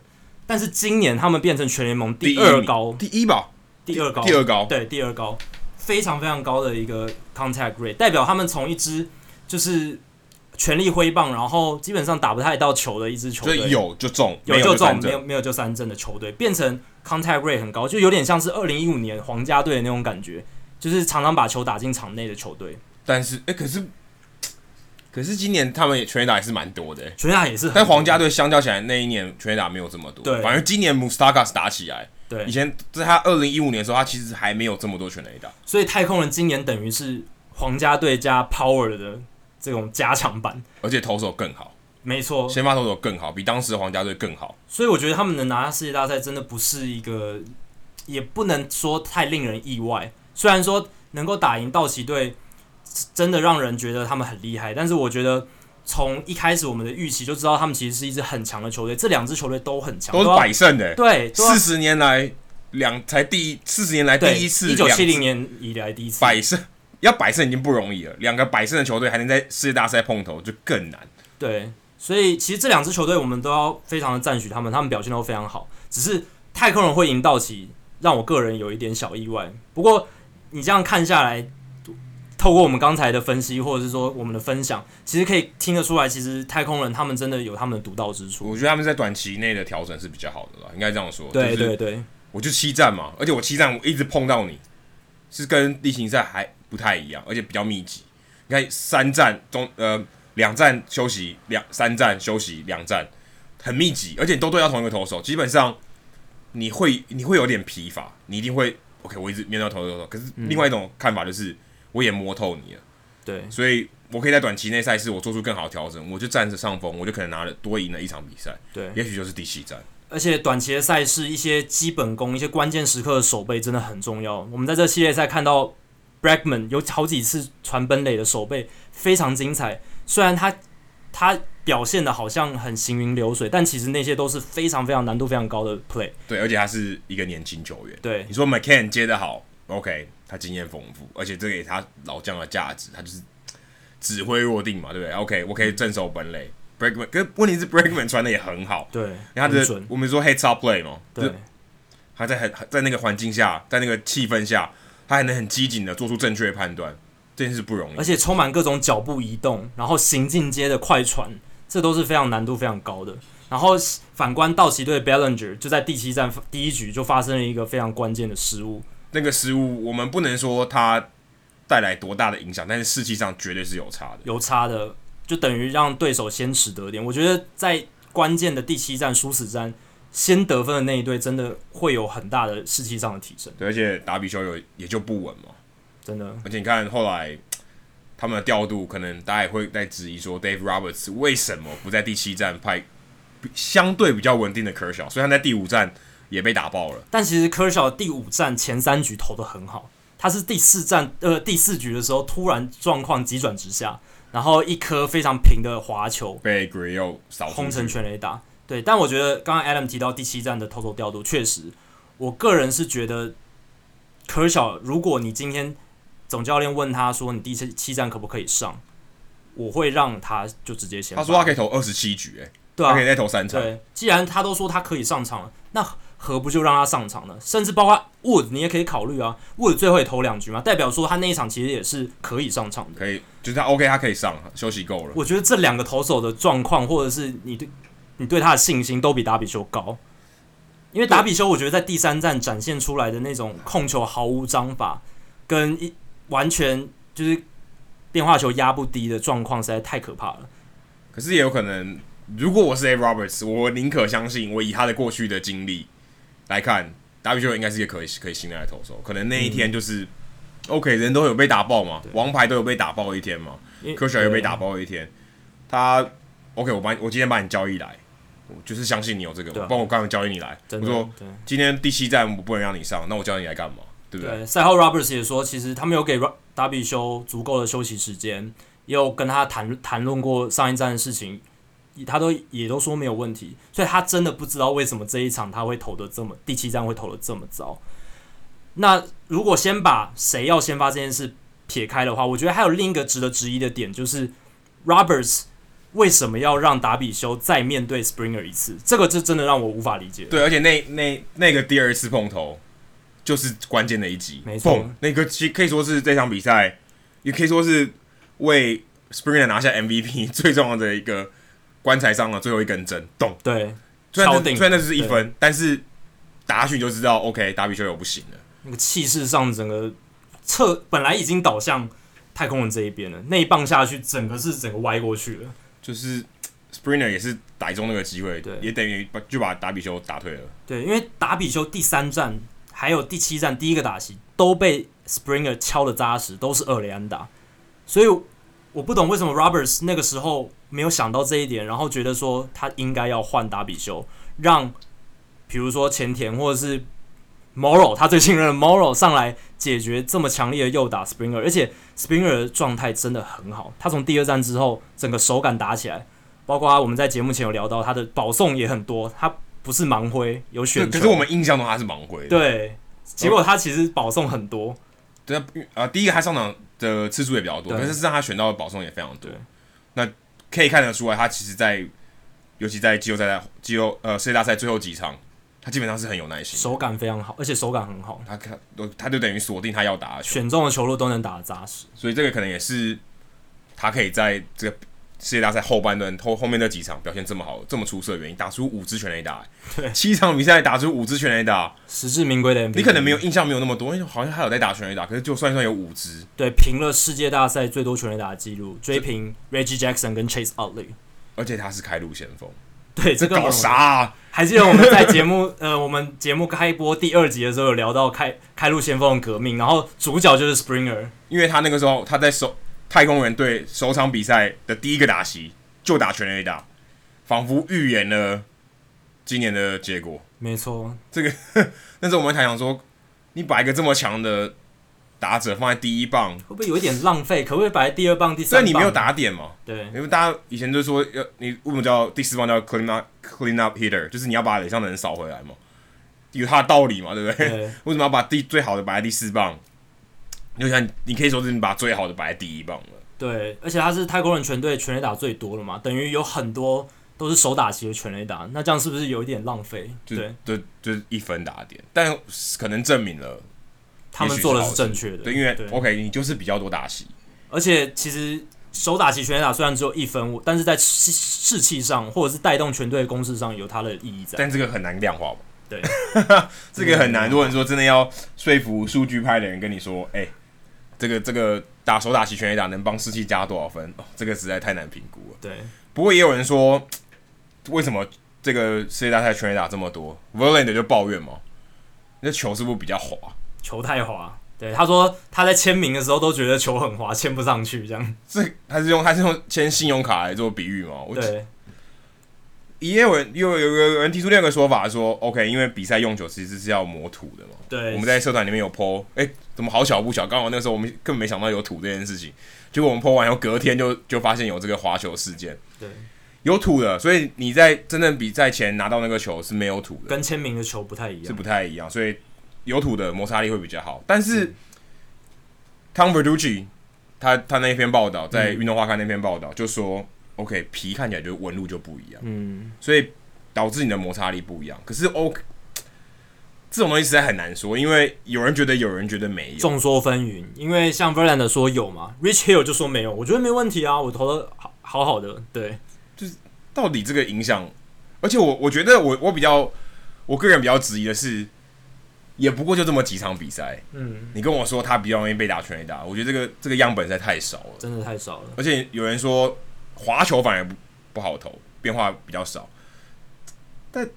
A: 但是今年他们变成全联盟
B: 第
A: 第
B: 一
A: 二
B: 名
A: 高，
B: 第一吧，
A: 第二高，
B: 第二高，
A: 对，第二高，非常非常高的一个 contact rate，代表他们从一支就是全力挥棒，然后基本上打不太到球的一支球
B: 所
A: 队，
B: 以有就中，
A: 有
B: 没
A: 就中，
B: 三
A: 没有没有就三振的球队，变成 contact rate 很高，就有点像是二零一五年皇家队的那种感觉，就是常常把球打进场内的球队，
B: 但是，哎、可是，可是今年他们也全垒打也是蛮多的、欸，
A: 全亚也是很多，
B: 但皇家队相较起来，那一年全垒打没有这么多。
A: 对
B: 反而今年 Mustakas 打起来，
A: 对
B: 以，前在他二零一五年的时候，他其实还没有这么多全垒打。
A: 所以太空人今年等于是皇家队加 power 的这种加强版，
B: 而且投手更好，
A: 没错，
B: 先发投手更好，比当时的皇家队更好。
A: 所以我觉得他们能拿下世界大赛，真的不是一个，也不能说太令人意外。虽然说能够打赢道奇队，真的让人觉得他们很厉害，但是我觉得从一开始我们的预期就知道，他们其实是一支很强的球队。这两支球队都很强，
B: 都是
A: 要
B: 百胜的、欸，
A: 对，啊都要
B: 四十年来两才第一，四十年来
A: 对
B: 第一次
A: 一九七零
B: 两
A: 年以来第一次，
B: 百胜，要百胜已经不容易了，两个百胜的球队还能在世界大赛碰头就更难。
A: 对，所以其实这两支球队我们都要非常的赞许他们，他们表现都非常好。只是太空人会赢道奇，让我个人有一点小意外。不过你这样看下来，透过我们刚才的分析，或者是说我们的分享，其实可以听得出来，其实太空人他们真的有他们的独到之处。
B: 我觉得他们在短期内的调整是比较好的了，应该这样说。
A: 对
B: 就是
A: 对对
B: 我就七战嘛，而且我七战我一直碰到你，是跟例行赛还不太一样，而且比较密集。你看三战中呃两战休息，两三战休息，两战很密集，而且你都对到同一个投手，基本上你会你会有点疲乏，你一定会 OK。我一直面对到同一个投手，可是另外一种看法就是、我也摸透你了，
A: 对
B: 所以我可以在短期内赛事我做出更好的调整，我就占着上风，我就可能拿了多赢了一场比赛，
A: 对，
B: 也许就是第七战。
A: 而且短期的赛事，一些基本功、一些关键时刻的守备真的很重要。我们在这系列赛看到 Bragman 有好几次传本垒的守备非常精彩，虽然他他表现的好像很行云流水，但其实那些都是非常非常难度非常高的 play。
B: 对，而且他是一个年轻球员。
A: 对
B: 你说 McCann 接的好，OK，他经验丰富，而且这给他老将的价值，他就是指挥若定嘛，对不对？OK，我可以
A: 嗯
B: 镇守本垒。Breakman，可是问题是 Breakman 传的也很好，
A: 对，
B: 他
A: 很
B: 的
A: 准。
B: 我们说 heads up play 嘛，
A: 对，
B: 他在很在那个环境下，在那个气氛下，他还能很机警的做出正确的判断，这件事不容易
A: 而。且充满各种脚步移动，然后行进间的快传，这都是非常难度非常高的。然后反观道奇队 Bellinger 就在第七站第一局就发生了一个非常关键的失误，
B: 那个失误，我们不能说他带来多大的影响，但是士气上绝对是有差的。
A: 有差的。就等于让对手先取得点。我觉得在关键的第七战殊死战先得分的那一队，真的会有很大的士气上的提升，
B: 对，而且打比修有也就不稳嘛。
A: 真的。
B: 而且你看后来他们的调度，可能大家也会在质疑说，Dave Roberts 为什么不在第七站派比相对比较稳定的 Kershaw？虽然在第五站也被打爆了，
A: 但其实 Kershaw 第五战前三局投的很好，他是第四战呃第四局的时候突然状况急转直下，然后一颗非常平的滑球
B: 被 Grill 扫出
A: 轰成
B: 去。
A: 全垒打。对，但我觉得刚刚 Adam 提到第七站的投手调度，确实，我个人是觉得 Kershaw，如果你今天总教练问他说你第七七站可不可以上，我会让他就直接先发。
B: 他说他可以投二十七局、欸，哎、
A: 对
B: 他
A: 啊
B: 可，以再投三场。
A: 对，既然他都说他可以上场了，那何不就让他上场呢？甚至包括 Wood，你也可以考虑啊。Wood 最后也投两局嘛，代表说他那一场其实也是可以上场的。
B: 可以，就是他 OK，他可以上，休息够了。
A: 我觉得这两个投手的状况，或者是你对你对他的信心，都比达比修高。因为达比修，我觉得在第三站展现出来的那种控球毫无章法，跟一完全就是变化球压不低的状况，实在太可怕了。
B: 可是也有可能，如果我是 A Roberts，我宁可相信我以他的过去的经历来看，达比修应该是一个可以可以信赖的投手。可能那一天就是、OK，人都有被打爆嘛，王牌都有被打爆的一天嘛，科学有被打
A: 爆，
B: 爆的一天。他 OK，我把你我今天把你交易来，我就是相信你有这个，
A: 对啊
B: 我帮我刚刚交易你来。
A: 真
B: 我
A: 的
B: 说
A: 对。
B: 今天第七站我不能让你上，那我交易你来干嘛？对不对？
A: 对，赛后 Roberts 也说，其实他们有给 Ro- 达比修足够的休息时间，也有跟他谈谈论过上一站的事情，他都也都说没有问题，所以他真的不知道为什么这一场他会投的这么第七站会投的这么糟。那如果先把谁要先发这件事撇开的话，我觉得还有另一个值得质疑的点，就是 Roberts 为什么要让达比修再面对 Springer 一次？这个就真的让我无法理解。
B: 对，而且那那那个第二次碰头就是关键的一集，
A: 没错
B: 砰，那个其实可以说是这场比赛，也可以说是为 Springer 拿下 MVP 最重要的一个棺材上的最后一根针，咚！
A: 对，
B: 虽然
A: 敲
B: 那
A: 定
B: 虽然那只是一分，但是打下去你就知道，OK，打比修友不行了。
A: 那个气势上，整个侧本来已经倒向太空人这一边了，那一棒下去，整个是整个歪过去了。
B: 就是 Springer 也是逮中那个机会
A: 对，
B: 也等于把就把打比修打退了。
A: 对，因为达比修第三站还有第七站第一个打席都被 Springer 敲的扎实，都是二雷安打，所以我不懂为什么 Roberts 那个时候没有想到这一点，然后觉得说他应该要换达比修，让比如说前田或者是 Morrow 他最信任的 Morrow 上来解决这么强烈的右打 Springer，而且 Springer 的状态真的很好，他从第二站之后整个手感打起来。包括我们在节目前有聊到他的保送也很多，他不是盲挥，有
B: 对，
A: 选球。
B: 可是我们印象中他是盲挥的。
A: 对，结果他其实保送很多，
B: 对啊，呃第一个他上场的次数也比较多，
A: 对
B: 但是让他选到的保送也非常多
A: 对。
B: 那可以看得出来，他其实在，尤其在季后赛在季后呃世界大赛最后几场，他基本上是很有耐心的。
A: 手感非常好，而且手感很好，
B: 他看，他就等于锁定他要打的球，
A: 选中的球路都能打得扎实。
B: 所以这个可能也是他可以在这个世界大赛后半段后后面这几场表现这么好、这么出色的原因，打出五支全垒打，七场比赛打出五支全垒 打，
A: 实至名归的 MVP，
B: 你可能没有印象没有那么多，因为好像他有在打全垒打，可是就算一算有五支，
A: 对平了世界大赛最多全垒打的记录，追平 Reggie Jackson 跟 Chase Utley。
B: 而且他是开路先锋，
A: 对，这个
B: 搞
A: 我
B: 啥、啊？
A: 还记得我们在节目 呃，我们节目开播第二集的时候有聊到开开路先锋的革命，然后主角就是 Springer，
B: 因为他那个时候他在首太空人队首场比赛的第一个打席就打全垒打，仿佛预言了今年的结果。
A: 没错，
B: 那时候我们还想说，你把一个这么强的打者放在第一棒，
A: 会不会有一点浪费？可不可以摆在第二棒、第
B: 虽
A: 三
B: 然
A: 棒？啊
B: 你没有打点嘛，
A: 对
B: 因为大家以前就说要你为什么叫第四棒叫 clean up clean up hitter，就是你要把垒上的人扫回来嘛，有他的道理嘛，对不对？
A: 对
B: 为什么要把第最好的摆在第四棒？就像你可以说是你把最好的摆在第一棒了。
A: 对，而且他是太空人全队全垒打最多了嘛，等于有很多都是手打级的全垒打，那这样是不是有一点浪费？
B: 就
A: 对，
B: 就就是一分打点，但可能证明了，
A: 他们
B: 也许是
A: 做的
B: 好
A: 是
B: 事
A: 正确的，
B: 对，因为
A: 对，
B: OK，你就是比较多打席，
A: 而且其实手打级全垒打虽然只有一分，我但是在士士气上或者是带动全队的攻势上有它的意义在。
B: 但这个很难量化吧？
A: 对，
B: 这个很难。如果你说真的要说服数据派的人跟你说，哎、这个这个打手打齐全垒打能帮士气加多少分、哦，这个实在太难评估了。
A: 对，
B: 不过也有人说，为什么这个世界大赛全垒打这么多？Verlander 就抱怨嘛，那球是不是比较滑？
A: 球太滑。对，他说他在签名的时候都觉得球很滑，签不上去这 样。
B: 这他是用他是用签信用卡来做比喻嘛？我
A: 对，
B: 也有人又有有人提出另外一个说法说，OK，因为比赛用球其实是要磨土的嘛。
A: 对
B: 我们在社团里面有 PO，哎、怎么好巧不巧，刚好那时候我们根本没想到有土这件事情，结果我们 PO 完以后，隔天就就发现有这个滑球事件，
A: 对，
B: 有土的，所以你在真正比赛前拿到那个球是没有土的，
A: 跟签名的球不太一
B: 是
A: 样。
B: 不太一样，所以有土的摩擦力会比较好。但是、Tom Verducci 他他那篇报道
A: 嗯
B: 在《运动画刊》那篇报道就说，OK，皮看起来就纹路就不一样。
A: 嗯，
B: 所以导致你的摩擦力不一样。可是 OK，这种东西实在很难说，因为有人觉得有人觉得没有。
A: 众说纷纭，因为像 Verlander 说有嘛，Rich Hill 就说没有，我觉得没问题啊，我投的好好好的。对，
B: 到底这个影响，而且我我觉得我我比较我个人比较质疑的是，也不过就这么几场比赛，
A: 嗯，
B: 你跟我说他比较容易被打全垒打，我觉得这个这个样本实在太少了。
A: 真的太少了。
B: 而且有人说滑球反而不不好投，变化比较少，但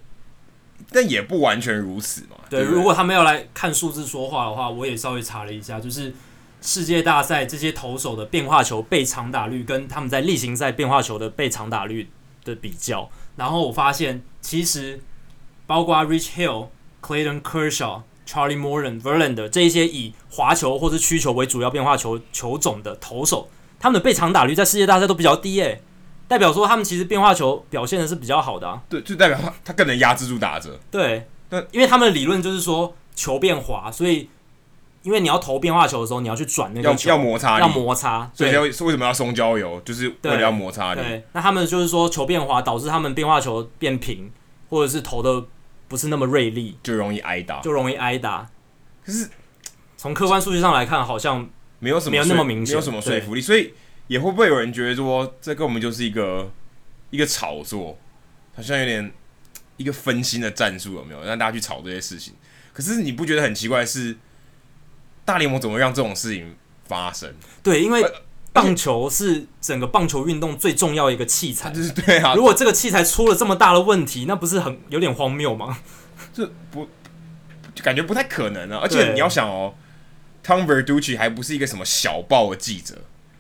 B: 但也不完全如此嘛。
A: 对，
B: 不
A: 如果他们要来看数字说话的话，我也稍微查了一下，就是世界大赛这些投手的变化球被长打率跟他们在例行赛变化球的被长打率的比较，然后我发现其实包括 Rich Hill、Clayton Kershaw、Charlie Morton、Verlander 这一些以滑球或是曲球为主要变化球球种的投手，他们的被长打率在世界大赛都比较低诶、代表说他们其实变化球表现的是比较好的、啊。
B: 对，就代表他他更能压制住打者。
A: 对，
B: 但
A: 因为他们的理论就是说球变滑，所以因为你要投变化球的时候，你要去转那
B: 要
A: 个球，
B: 要摩擦力，
A: 要摩擦，
B: 所以要
A: 对
B: 为什么要松焦油，就是为了要摩擦力。
A: 对。那他们就是说球变滑导致他们变化球变平，或者是投的不是那么锐利，
B: 就容易挨打，
A: 就容易挨打。
B: 可是
A: 从客观数据上来看，好像
B: 没有什么
A: 没有
B: 说
A: 那么明显
B: 没有什么说服力，所以也会不会有人觉得说，这根本就是一个一个炒作，好像有点一个分心的战术，有没有让大家去炒这些事情？可是你不觉得很奇怪的是，大联盟怎么会让这种事情发生？
A: 对，因为
B: 而
A: 棒球是整个棒球运动最重要的一个器
B: 他
A: 材。
B: 就是对啊
A: 如，果这个器材出了这么大的问题，那不是很有点荒谬吗？
B: 这不就感觉不太可能啊！而
A: 对
B: 且你要想哦，Tom Verducci 还不是一个什么小报的记者，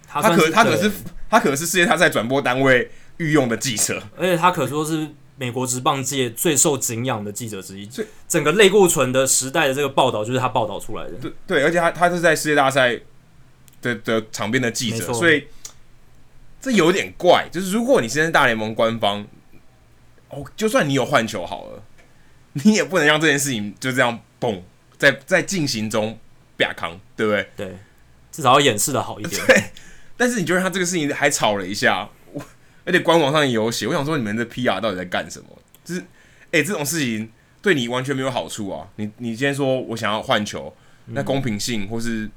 A: 他
B: 他
A: 算
B: 可他可
A: 对
B: 是他可是世界大赛转播单位御用的记者，
A: 而且他可说是美国职棒界最受敬仰的记者之一
B: 所以。
A: 整个类固醇的时代的这个报道，就是他报道出来的。
B: 对对，而且他他是在世界大赛的的场边的记
A: 没
B: 者，
A: 错
B: 所以这有点怪。就是如果你现在大联盟官方，哦，就算你有换球好了，你也不能让这件事情就这样蹦在在进行中啪康，对不对？
A: 对，至少要掩饰的好一点。
B: 但是你就让他这个事情还吵了一下，我而且官网上也有写，我想说你们的 PR 到底在干什么？就是，哎、这种事情对你完全没有好处啊！你你今天说我想要换球，那公平性或是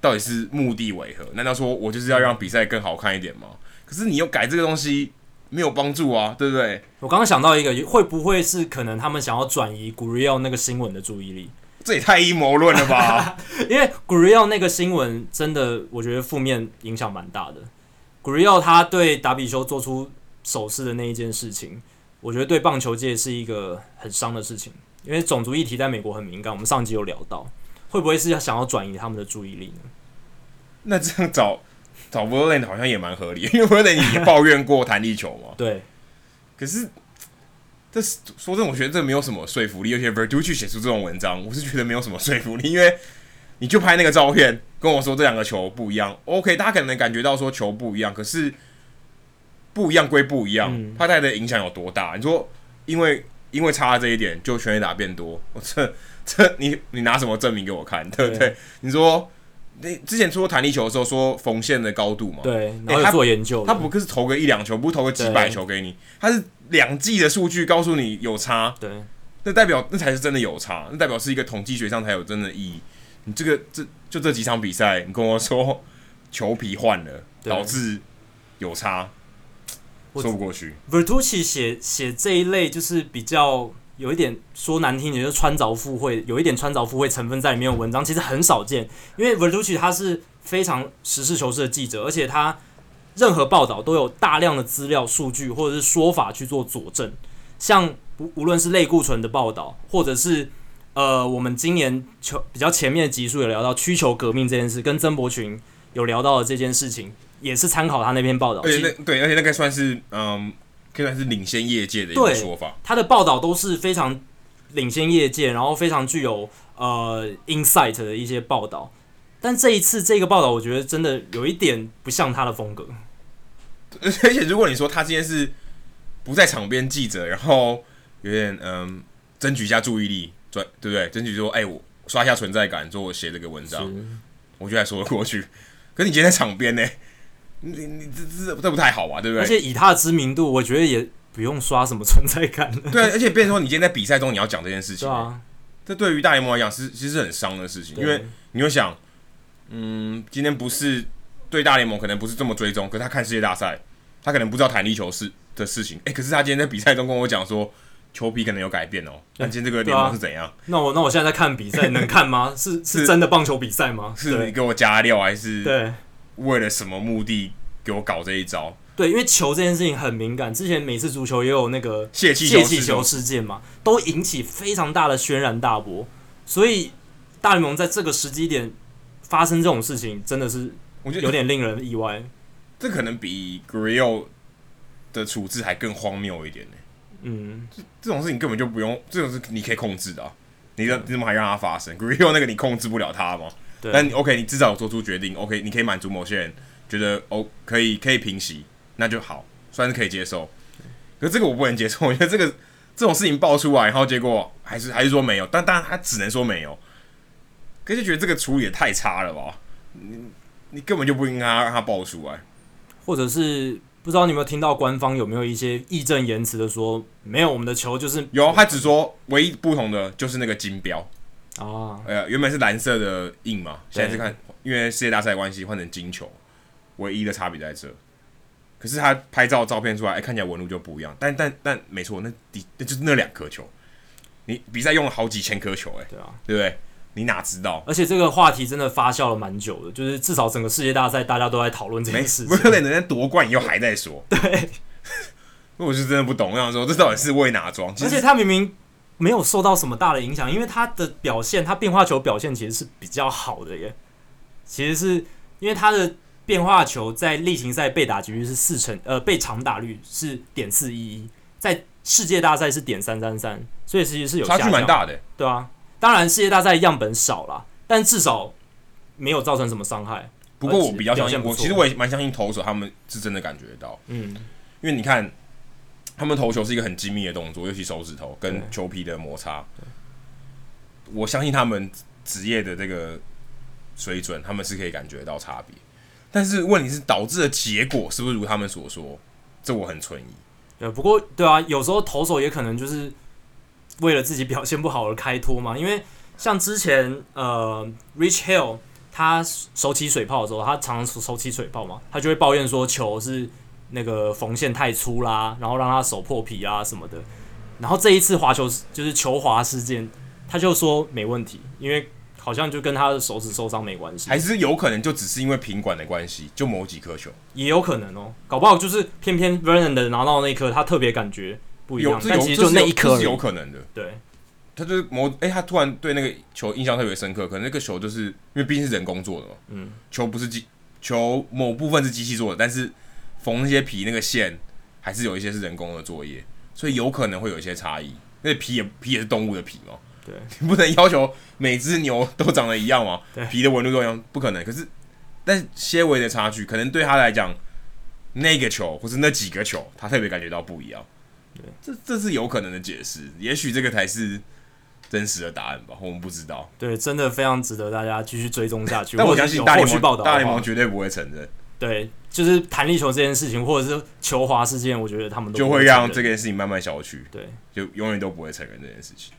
B: 到底是目的为何？难道说我就是要让比赛更好看一点吗？可是你又改这个东西没有帮助啊，对不对？
A: 我刚刚想到一个，会不会是可能他们想要转移 g u r i e l 那个新闻的注意力？
B: 这也太阴谋论了吧！
A: 因为 g u r i e l 那个新闻真的，我觉得负面影响蛮大的。g u r i e l 他对达比修做出手势的那一件事情，我觉得对棒球界是一个很伤的事情，因为种族议题在美国很敏感。我们上集有聊到，会不会是想要转移他们的注意力呢？
B: 那这样找找 v e r l a n d 好像也蛮合理，因为 v e r l a n d 也抱怨过弹力球嘛。
A: 对，
B: 可是，这是说真的，我觉得这没有什么说服力。而且 Verducci 写出这种文章，我是觉得没有什么说服力，因为你就拍那个照片，跟我说这两个球不一样，OK，大家可能感觉到说球不一样，可是不一样归不一样，
A: 嗯
B: 它带来的影响有多大？你说，因为因为差了这一点，就全垒打变多， 我这这你你拿什么证明给我看，对不对？
A: 对
B: 你说。你之前说弹力球的时候，说缝线的高度嘛，
A: 对，
B: 欸
A: 然后有
B: 他
A: 做研究的、
B: 他不是投个一两球，不是投个几百球给你，他是两季的数据告诉你有差，
A: 对，
B: 那代表那才是真的有差，那代表是一个统计学上才有真的意义。你这个这就这几场比赛，你跟我说球皮换了，
A: 对
B: 导致有差，
A: 我
B: 说不过去。
A: Vertucci 写写这一类就是比较有一点说难听点，就是穿凿附会，有一点穿凿附会成分在里面的文章，其实很少见。因为 Verducci 他是非常实事求是的记者，而且他任何报道都有大量的资料、数据或者是说法去做佐证。像无无论是类固醇的报道，或者是呃，我们今年球比较前面的集数有聊到需求革命这件事，跟曾博群有聊到的这件事情，也是参考他那篇报道。
B: 而且
A: 其实
B: 那对，而且那个算是嗯，可以算是领先业界的一个
A: 对
B: 说法。
A: 他的报道都是非常领先业界，然后非常具有呃 insight 的一些报道。但这一次这个报道，我觉得真的有一点不像他的风格。
B: 而且如果你说他今天是不在场边记者，然后有点嗯，争取一下注意力，转对不对？争取说，哎、我刷一下存在感，说我写这个文章，我觉得还说得过去。可是你今天在场边呢，你你这这这不太好吧？对不
A: 而
B: 对？
A: 且以他的知名度，我觉得也不用刷什么存在感了，
B: 对，而且变成说你今天在比赛中你要讲这件事
A: 对
B: 情，
A: 啊，
B: 这对于大联盟来讲是其实是很伤的事情，因为你会想，嗯，今天不是对大联盟可能不是这么追踪，可是他看世界大赛，他可能不知道弹力球是的事情。哎、可是他今天在比赛中跟我讲说，球皮可能有改变哦。那今天这个
A: 对
B: 联
A: 啊
B: 盟是怎样？
A: 那我那我现在在看比赛，能看吗？是是
B: 是
A: 真的棒球比赛吗？
B: 是你
A: 对
B: 给我加料，还是
A: 对
B: 为了什么目的给我搞这一招？
A: 对，因为球这件事情很敏感，之前每次足球也有那个
B: 泄气球
A: 泄气
B: 是什
A: 球
B: 么
A: 事件嘛，都引起非常大的轩然大波，所以大联盟在这个时机点发生这种事情，真的是
B: 我觉得
A: 有点令人意外。
B: 这可能比 Grill 的处置还更荒谬一点呢、
A: 嗯，
B: 这种事情根本就不用，这种是你可以控制的啊、你的你怎么还让它发生？Grill 那个你控制不了它吗？
A: 对，
B: 但你 OK，你至少有做出决定，OK，你可以满足某些人觉得哦，可以可以平息，那就好，算是可以接受。可是这个我不能接受， 我觉得这个这种事情爆出来，然后结果还是还是说没有，但当然他只能说没有，可是觉得这个处理也太差了吧？你你根本就不应该让他爆出来。
A: 或者是不知道你有没有听到官方有没有一些义正言辞的说，没有我们的球就是
B: 有，他只说唯一不同的就是那个金标，
A: 啊，
B: 呃，原本是蓝色的印嘛，现在是
A: 对
B: 看因为世界大赛的关系换成金球，唯一的差别在这。可是他拍照照片出来，哎、看起来纹路就不一样。但但但没错，那的那就是那两颗球，你比赛用了好几千颗球、哎，
A: 对啊。
B: 对不对？你哪 知道？
A: 而且这个话题真的发酵了蛮久的，就是至少整个世界大赛大家都在讨论这
B: 没
A: 件事
B: 哎不
A: 情。
B: 是人家夺冠以后还在说， 对。我是真的不懂，我想说这到底是为哪装？其
A: 而且
B: 实
A: 他明明没有受到什么大的影响，因为他的表现，他变化球表现其实是比较好的耶。其实是因为他的变化球在例行赛被打击率是四成，呃，被长打率是点四一一，在世界大赛是点三三三，所以其实是有
B: 差距
A: 下降
B: 蛮大的、
A: 对啊，当然世界大赛样本少啦，但至少没有造成什么伤害。
B: 不过我比较
A: 呃表
B: 相
A: 现
B: 信，
A: 不
B: 我
A: 错
B: 其实我也蛮相信投手他们是真的感觉到。
A: 嗯，
B: 因为你看，他们投球是一个很精密的动作，尤其手指头跟
A: 对
B: 球皮的摩擦。我相信他们职业的这个水准，他们是可以感觉到差别。但是问题是，导致的结果是不是如他们所说？这我很存疑。
A: 对，不过对啊，有时候投手也可能就是为了自己表现不好而开脱嘛。因为像之前呃，Rich Hill 他手起水泡的时候，他常常手起水泡嘛，他就会抱怨说球是那个缝线太粗啦，然后让他手破皮啊什么的。然后这一次滑球就是球滑事件，他就说没问题，因为好像就跟他的手指受伤没关系，
B: 还是有可能就只是因为平管的关系，就某几颗球
A: 也有可能哦，搞不好就是偏偏 Vernon 的拿到那一颗，他特别感觉不一
B: 有
A: 样，
B: 这
A: 但
B: 有
A: 其实
B: 这
A: 就是那
B: 有
A: 一
B: 这
A: 颗而
B: 是
A: 已
B: 有可能的。
A: 对。
B: 他就是某哎、他突然对那个球印象特别深刻，可能那个球就是因为毕竟是人工做的嘛，
A: 嗯，
B: 球不是机，球某部分是机器做的，但是缝那些皮那个线还是有一些是人工的作业，所以有可能会有一些差异。那皮也皮也是动物的皮嘛，
A: 对，
B: 你不能要求每只牛都长得一样嘛
A: 对，
B: 皮的纹路都一样，不可能。可是，但是些微的差距，可能对他来讲，那个球或是那几个球，他特别感觉到不一样。这这是有可能的解释，也许这个才是真实的答案吧，我们不知道。
A: 对，真的非常值得大家继续追踪下去。
B: 但
A: 或
B: 我
A: 者
B: 相
A: 是
B: 信
A: 有
B: 大
A: 后
B: 联
A: 续报
B: 盟
A: 道，
B: 大联盟绝对不会承认，
A: 对，就是弹力球这件事情，或者是球滑事件，我觉得他们都
B: 就
A: 不
B: 会
A: 承
B: 让
A: 认
B: 这件事情慢慢消去，
A: 对。
B: 就永远都不会承认这件事情。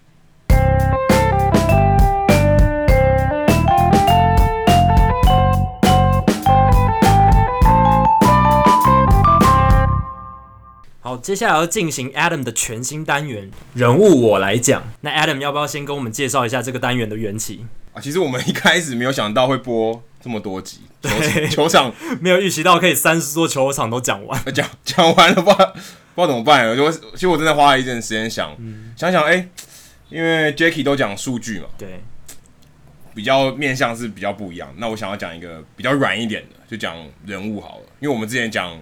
A: 好，好，接下来要进行 Adam 的全新单元人物我来讲。那 Adam 要不要先跟我们介绍一下这个单元的缘起？
B: 啊，其实我们一开始没有想到会播这么多集，球场 球场
A: 没有预期到可以三十座球场都讲完，
B: 呃讲讲完了，不知道不知道怎么办了。我就其实我真的花了一阵时间想、
A: 嗯
B: 想想，哎、因为 Jacky 都讲数据嘛，
A: 对，
B: 比较面向是比较不一样。那我想要讲一个比较软一点的，就讲人物好了，因为我们之前讲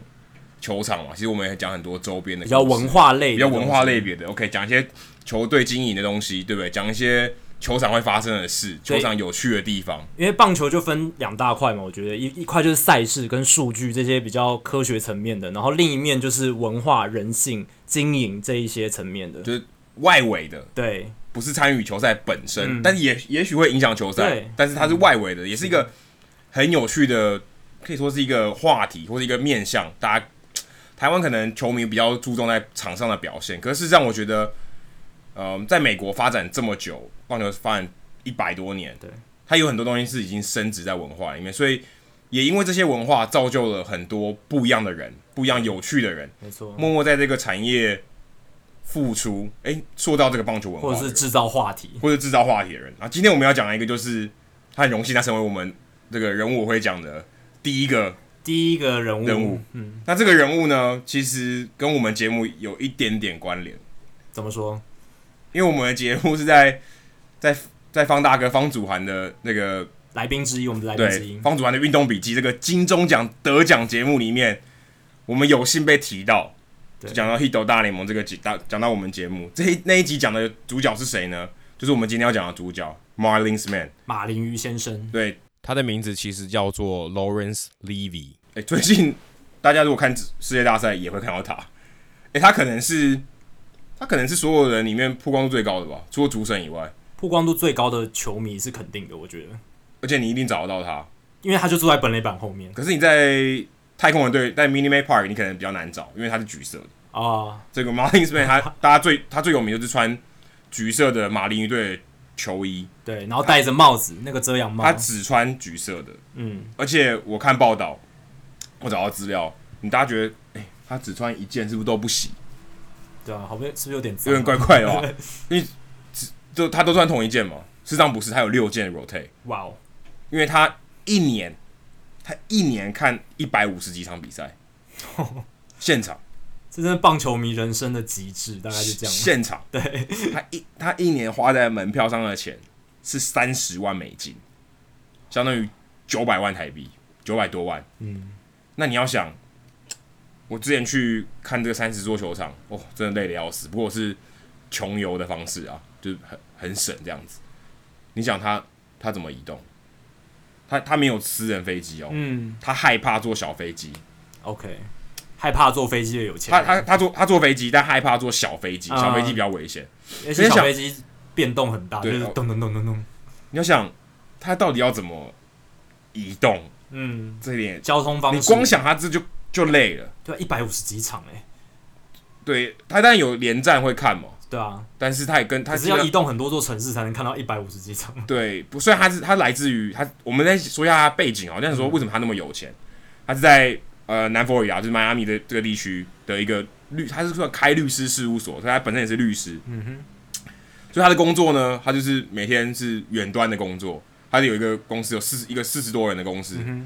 B: 球场嘛，其实我们也讲很多周边的
A: 比较
B: 故事
A: 文化类，
B: 比较文化类，别的。OK，讲一些球队经营的东西，对不对？讲一些球场会发生的事，
A: 对
B: 球场有趣的地方。
A: 因为棒球就分两大块嘛，我觉得一一块就是赛事跟数据这些比较科学层面的，然后另一面就是文化、人性、经营这一些层面的
B: 就，外围的
A: 对，
B: 不是参与球赛本身，但也也许会影响球赛
A: 嗯对，嗯
B: 但是它是外围的，也是一个很有趣的，可以说是一个话题或者一个面向。大家台湾可能球迷比较注重在场上的表现，可是事实上我觉得，呃，在美国发展这么久，棒球发展一百多年，
A: 对，
B: 它有很多东西是已经升值在文化里面，所以也因为这些文化造就了很多不一样的人，不一样有趣的人，
A: 没错，
B: 默默在这个产业付出，诶，塑造这个棒球文化的
A: 或
B: 人，
A: 者是制造话题，
B: 或者制造话题的人。啊，今天我们要讲的一个就是他很荣幸他成为我们这个人物我会讲的第一个
A: 第一个人物，
B: 人物
A: 嗯，
B: 那这个人物呢，其实跟我们节目有一点点关联，
A: 怎么说？
B: 因为我们的节目是在在在方大哥方祖涵的那个
A: 来宾之一，我们的来宾之
B: 对
A: 一，
B: 方祖涵的运动笔记这个金钟奖得奖节目里面，我们有幸被提到，就
A: 对
B: 讲到《Hit 大联盟》这个节大讲到我们节目这一那一集讲的主角是谁呢？就是我们今天要讲的主角 Marlin s Man。
A: 马林鱼先生，
B: 对，他的名字其实叫做 Lawrence Levy。哎、最近大家如果看世世界大赛，也会看到他。哎、他可能是他可能是所有人里面曝光度最高的吧，除了主审以外。
A: 曝光度最高的球迷是肯定的，我觉得，
B: 而且你一定找得到他。
A: 因为他就坐在本垒板后面
B: 可是你在太空人队，在 Mini May Park，你可能比较难找，因为他是橘色的。
A: 啊，
B: 这个 Marlins Man，他大家最他最有名就是穿橘色的马林鱼队的球衣，
A: 对，然后戴着帽子，那个遮阳帽
B: 他，只穿橘色的。
A: 嗯，
B: 而且我看报道，我找到资料，你大家觉得，哎、他只穿一件是不是都不洗？
A: 对啊，好不是不是有点脏
B: 有点怪怪的哦吧？因为只就他都穿同一件嘛，事实上不是，他有六件 rotate，
A: 哇哦，
B: 因为他一年他一年看一百五十几场比赛，现场
A: 这真的棒球迷人生的极致，大概就这样。
B: 现场，对他一他一年花在门票上的钱是三十万美金，相当于九百万台币，九百多万。
A: 嗯，
B: 那你要想，我之前去看这个三十座球场，哦，真的累得要死。不过我是穷游的方式啊，就是很很省这样子。你想他他怎么移动？他他没有私人飞机哦，
A: 嗯
B: 他害怕坐小飞机。
A: ，OK，害怕坐飞机的有钱
B: 他
A: 人，
B: 他他坐他坐飞机，但害怕坐小飞机，
A: 啊
B: 小飞机比较危险。
A: 而且小飞机变动很大，就
B: 对
A: 是
B: 哦
A: 咚咚咚咚咚，
B: 你要想他到底要怎么移动，
A: 嗯，
B: 这一点
A: 交通方
B: 你
A: 式，
B: 光想他这就就累了。
A: 对啊一百五十几场哎、
B: 对他当然有连战会看嘛，
A: 对啊，
B: 但是他也跟他
A: 可是
B: 基
A: 要
B: 本上
A: 移动很多座城市才能看到一百五十几场，
B: 对，不，虽然他是他来自于他，我们再说一下他的背景哦。那时候为什么他那么有钱？他是在呃南佛罗里达，就是迈阿密的这个地区的一个律，他是说开律师事务所，所以他本身也是律师。嗯哼。所以他的工作呢，他就是每天是远端的工作，他有一个公司有四一个四十多人的公司，
A: 哼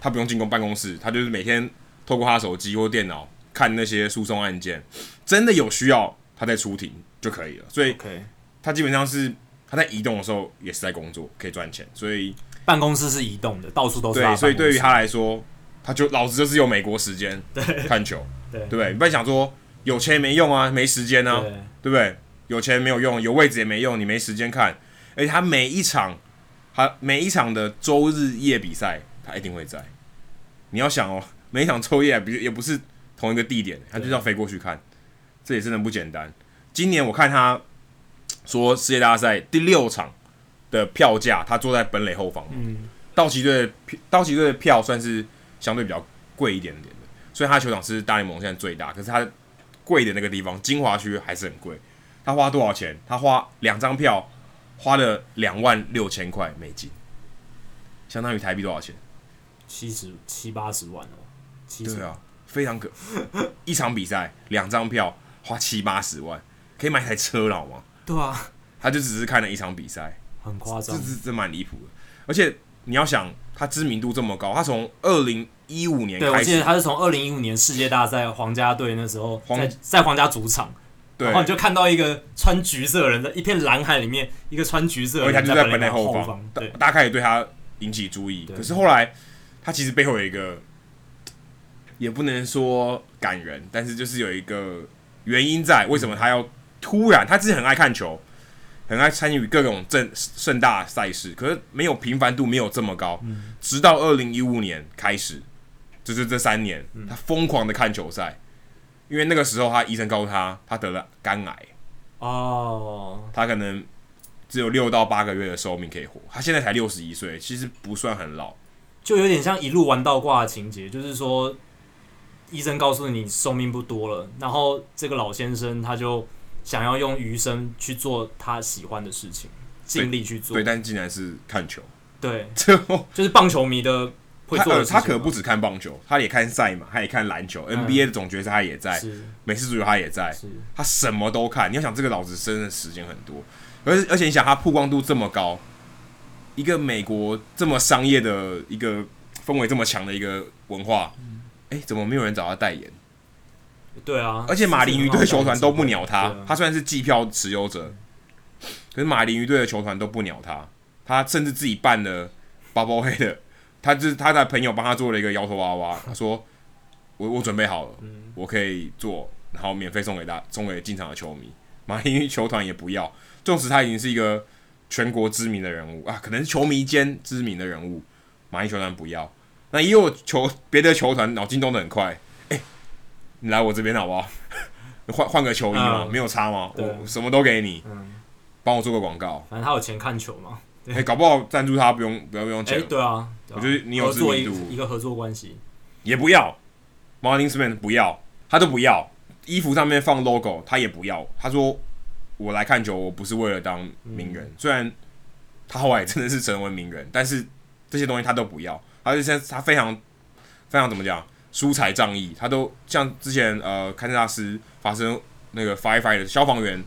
B: 他不用进公办公室，他就是每天透过他的手机或电脑看那些诉讼案件，真的有需要他再出庭就可以了。所以
A: OK，
B: 他基本上是他在移动的时候也是在工作，可以赚钱，所以
A: 办公室是移动的，到处都是他
B: 对，
A: 的
B: 所以对于
A: 办
B: 他来说，他就老子就是有美国时间看球，
A: 对
B: 对不对？你不要想说有钱也没用啊，没时间啊
A: 公，室对
B: 对不对？有钱没有用，有位置也没用，你没时间看，而且他每一场，他每一场的周日夜比赛，他一定会在。你要想哦，每一场周夜不是也不是同一个地点，他就是要飞过去看，这也真的不简单。今年我看他说世界大赛第六场的票价，他坐在本垒后方，
A: 嗯，
B: 道奇队的票道奇队的票算是相对比较贵一点点的，所以他的球场是大联盟现在最大，可是他贵的那个地方金华区还是很贵。他花多少钱？他花两张票，花了两万六千块美金，相当于台币多少钱？
A: 七十七八十万哦，七十
B: 对啊，非常可。一场比赛两张票花七八十万，可以买台车了好吗？
A: 对啊，
B: 他就只是看了一场比赛，
A: 很夸
B: 这
A: 张
B: 这，这蛮离谱的。而且你要想，他知名度这么高，他从二零一五年
A: 对我
B: 开
A: 记得
B: 始，
A: 他是从二零一五年世界大赛皇家队那时候
B: 皇
A: 在在皇家主场，
B: 对
A: 然后你就看到一个穿橘色的人在一片蓝海里面，一个穿橘色的
B: 而且他
A: 人
B: 就
A: 在
B: 本
A: 垒
B: 垒
A: 后
B: 方，大
A: 对，
B: 大家开始对他引起注意。
A: 对
B: 可是后来，他其实背后有一个，也不能说感人，但是就是有一个原因在，为什么他要突然？他自己很爱看球，很爱参与各种盛盛大赛事，可是没有频繁度没有这么高。
A: 嗯
B: 直到二零一五年开始，就是这三年，
A: 嗯
B: 他疯狂的看球赛，因为那个时候他医生告诉他，他得了肝癌。
A: 哦，
B: 他可能只有六到八个月的寿命可以活。他现在才六十一岁，其实不算很老。
A: 就有点像一路玩到挂的情节，就是说医生告诉你寿命不多了，然后这个老先生他就想要用余生去做他喜欢的事情，尽力去做
B: 对，，但竟然是看球，
A: 对，
B: 这
A: 就是棒球迷的会
B: 他
A: 做的
B: 呃
A: 事情嘛。嗯
B: 他可不只看棒球，他也看赛马，他也看篮球，NBA 的总决赛他也在，
A: 是
B: 美式足球他也在，
A: 是，
B: 他什么都看。你要想这个老子真的时间很多，而而且你想他曝光度这么高，一个美国这么商业的一个氛围这么强的一个文化，
A: 嗯
B: 哎、怎么没有人找他代言？
A: 对啊。
B: 而且马林鱼队球团都不鸟他
A: 对啊，
B: 他虽然是季票持有者，可是马林鱼队的球团都不鸟他，他甚至自己办了 Bubble Head，的他就是他的朋友帮他做了一个摇头娃娃，他说我我准备好了，
A: 嗯
B: 我可以做，然后免费送给大送给进场的球迷，马林鱼球团也不要，纵使他已经是一个全国知名的人物啊，可能是球迷间知名的人物，马林鱼球团不要，那也有球别的球团脑筋动得很快，哎、你来我这边好不好？ 换换个球衣嘛，
A: 嗯
B: 没有差吗？
A: 对
B: 我什么都给你，
A: 嗯，
B: 帮我做个广告。
A: 反正他有钱看球嘛。
B: 哎、搞不好赞助他不用不要不用
A: 哎、
B: 钱，
A: 对啊，对啊
B: 我觉得你有
A: 合作
B: 知
A: 一
B: 名度
A: 一个合作关系，
B: 也不要。Martin Smith 不要，他都不要。衣服上面放 logo，他也不要。他说：“我来看球，我不是为了当名人。虽然他后来真的是成为名人，但是这些东西他都不要。他就现在他非常非常怎么讲，疏财仗义，他都像之前呃堪萨斯发生那个 firefighter 消防员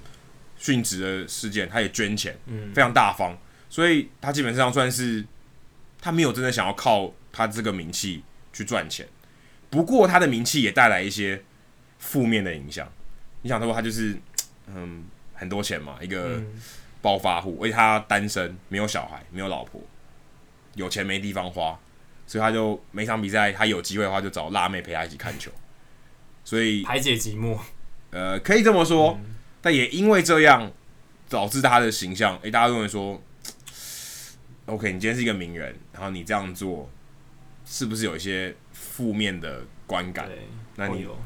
B: 殉职的事件，他也捐钱，
A: 嗯
B: 非常大方，所以他基本上算是他没有真的想要靠他这个名气去赚钱，不过他的名气也带来一些负面的影响。你想，他说他就是嗯很多钱嘛，一个。
A: 嗯，
B: 暴发户，而且他单身，没有小孩，没有老婆，有钱没地方花，所以他就每场比赛他有机会的话就找辣妹陪他一起看球，所以
A: 排解寂寞，
B: 呃可以这么说，但也因为这样导致他的形象，诶、大家认为说，OK，你今天是一个名人，然后你这样做是不是有一些负面的观感？
A: 对，
B: 那
A: 会
B: 你
A: 有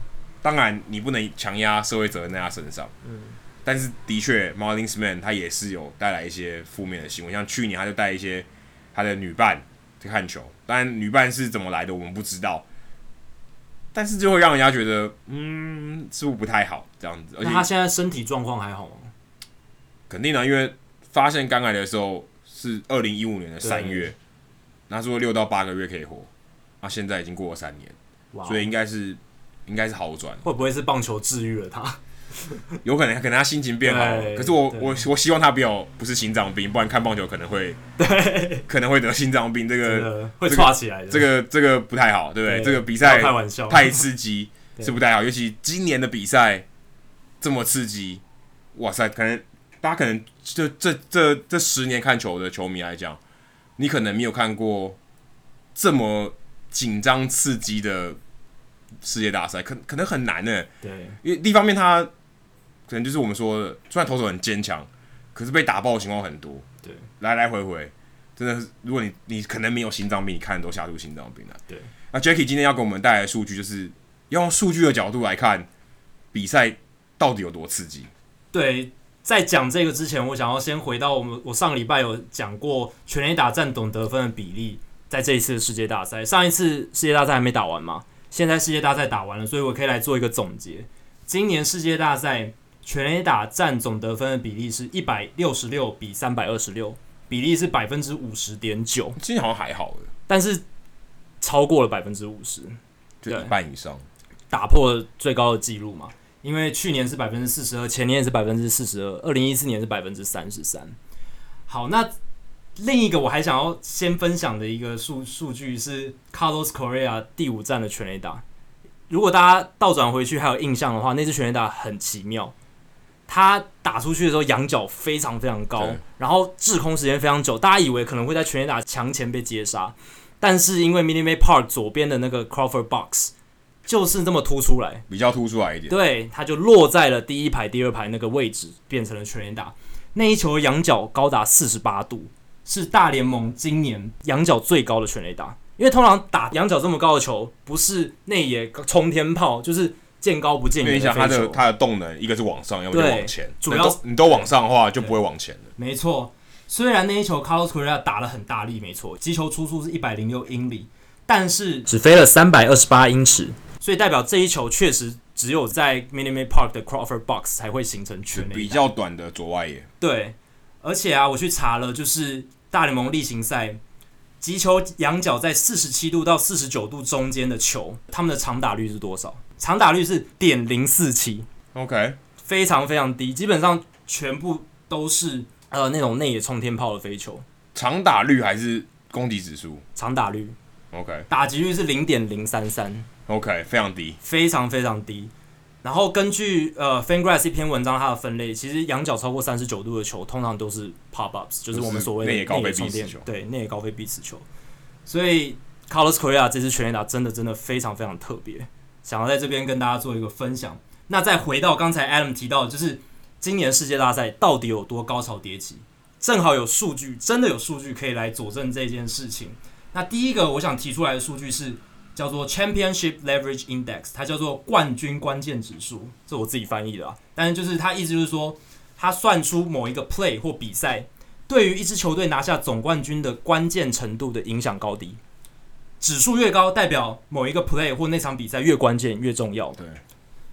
B: 当然你不能强压社会责任在他身上，
A: 嗯
B: 但是的确 m a r l i n s m a n 他也是有带来一些负面的新闻，像去年他就带一些他的女伴去看球，当然女伴是怎么来的我们不知道，但是就会让人家觉得，嗯，似乎不太好这样子，而
A: 那他
B: 且
A: 现在身体状况还好吗？
B: 肯定呢，因为发现肝癌的时候是二零一五年的三
A: 对
B: 月，那说六到八个月可以活，那现在已经过了三年，
A: 哇，
B: 所以应该是应该是好转了。
A: 会不会是棒球治愈了他？
B: 有可能，可能他心情变好了。
A: 对
B: 可是我
A: 对
B: 我我希望他不要不是心脏病，不然看棒球可 能会对可能会得心脏病，这
A: 真
B: 个
A: 的会
B: 这个
A: 串起来的。
B: 这个这个不太好，对不对？
A: 对
B: 这个比
A: 不要
B: 赛
A: 开玩笑，
B: 太刺激
A: 对
B: 是不太好，尤其今年的比赛这么刺激，哇塞！可能大家可能这这这这十年看球的球迷来讲，你可能没有看过这么紧张刺激的世界大赛，可可能很难呢、
A: 对，
B: 因为另一方面他可能就是我们说的，虽然投手很坚强，可是被打爆的情况很多，
A: 对，
B: 来来回回，真的是，如果你你可能没有心脏病，你看都吓出心脏病了、啊
A: 对，
B: 那 Jacky 今天要给我们带来的数据，就是要用数据的角度来看比赛到底有多刺激。
A: 对，在讲这个之前，我想要先回到我们我上个礼拜有讲过全垒打占总得分的比例，在这一次的世界大赛，上一次世界大赛还没打完嘛，现在世界大赛打完了，所以我可以来做一个总结。今年世界大赛全垒打占总得分的比例是一百六十六比三百二十六，比例是百分之五十点九，
B: 今天好像还好了，
A: 但是超过了百分之五十。
B: 就
A: 对
B: 一半以上。
A: 打破最高的纪录嘛，因为去年是百分之四十二，前年也是百分之四十二，二零一四年是百分之三十三。好，那另一个我还想要先分享的一个数数据是 Carlos Correa 第五站的全垒打。如果大家倒转回去还有印象的话，那支全垒打很奇妙，他打出去的时候仰角非常非常高
B: 对，
A: 然后滞空时间非常久，大家以为可能会在全垒打墙前被接杀，但是因为 Minute Maid Park 左边的那个 Crawford Box 就是这么突出来，
B: 比较突出来一点。
A: 对，它就落在了第一排、第二排那个位置，变成了全垒打。那一球的仰角高达四十八度，是大联盟今年仰角最高的全垒打。因为通常打仰角这么高的球，不是内野冲天炮，就是见高不见
B: 因为
A: 远
B: 你想
A: 飞
B: 它的
A: 球。
B: 它的动能，一个是往上，要么就
A: 对
B: 往前。
A: 主
B: 那
A: 要
B: 都你都往上的话，就不会往前了。
A: 没错，虽然那一球 Carlos Correa 打了很大力，没错，击球出速是一百零六英里，但是只飞了三百二十八英尺，所以代表这一球确实只有在 Minute Maid Park 的 Crawford Box 才会形成
B: 是
A: 全垒打。
B: 比较短的左外野，
A: 对，而且啊，我去查了，就是大联盟例行赛击球仰角在四十七度到四十九度中间的球，他们的长打率是多少？长打率是点零四七，
B: OK，
A: 非常非常低，基本上全部都是呃那种内野冲天炮的飞球。
B: 长打率还是攻击指数
A: 长打率，
B: ？OK
A: 打击率是零点零三三，
B: OK，非常低。
A: 非常非常低。然后根据呃 FanGraphs 一篇文章它的分类，其实仰角超过三十九度的球，通常都是 pop ups，就是我们所谓的
B: 内野高飞
A: 冲
B: 必死
A: 天
B: 球
A: 对内野高飞必死球。所以 Carlos Correa 这支全垒打真的真的非常非常特别，想要在这边跟大家做一个分享。那再回到刚才 Adam 提到的，就是今年世界大赛到底有多高潮迭起？正好有数据，真的有数据可以来佐证这件事情。那第一个我想提出来的数据是叫做 Championship Leverage Index，它叫做冠军关键指数，这我自己翻译的啊。但是就是它意思就是说，它算出某一个 play 或比赛对于一支球队拿下总冠军的关键程度的影响高低。指数越高，代表某一个 play 或那场比赛越关键越重要。
B: 对，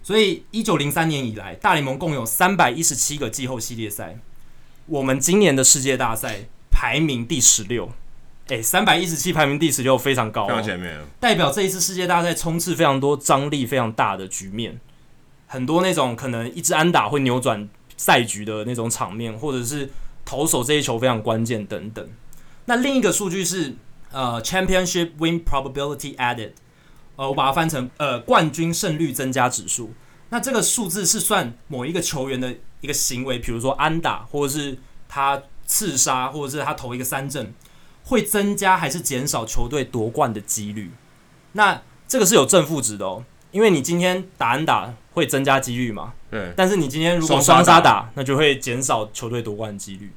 A: 所以，一九零三年以来，大联盟共有三百一十七个季后系列赛。我们今年的世界大赛排名第十六，哎，三百一十七排名第十六，非常高、
B: 非
A: 哦
B: 常，前面了。
A: 代表这一次世界大赛冲刺非常多、张力非常大的局面，很多那种可能一支安打会扭转赛局的那种场面，或者是投手这一球非常关键等等。那另一个数据是呃 Championship Win Probability Added，呃，我把它翻成呃冠军胜率增加指数。那这个数字是算某一个球员的一个行为，比如说安打，或者是他刺杀，或者是他投一个三振，会增加还是减少球队夺冠的几率？那这个是有正负值的哦，因为你今天打安打会增加几率嘛，
B: 对，
A: 但是你今天如果
B: 双
A: 双
B: 杀
A: 杀
B: 打
A: 打，那就会减少球队夺冠的几率。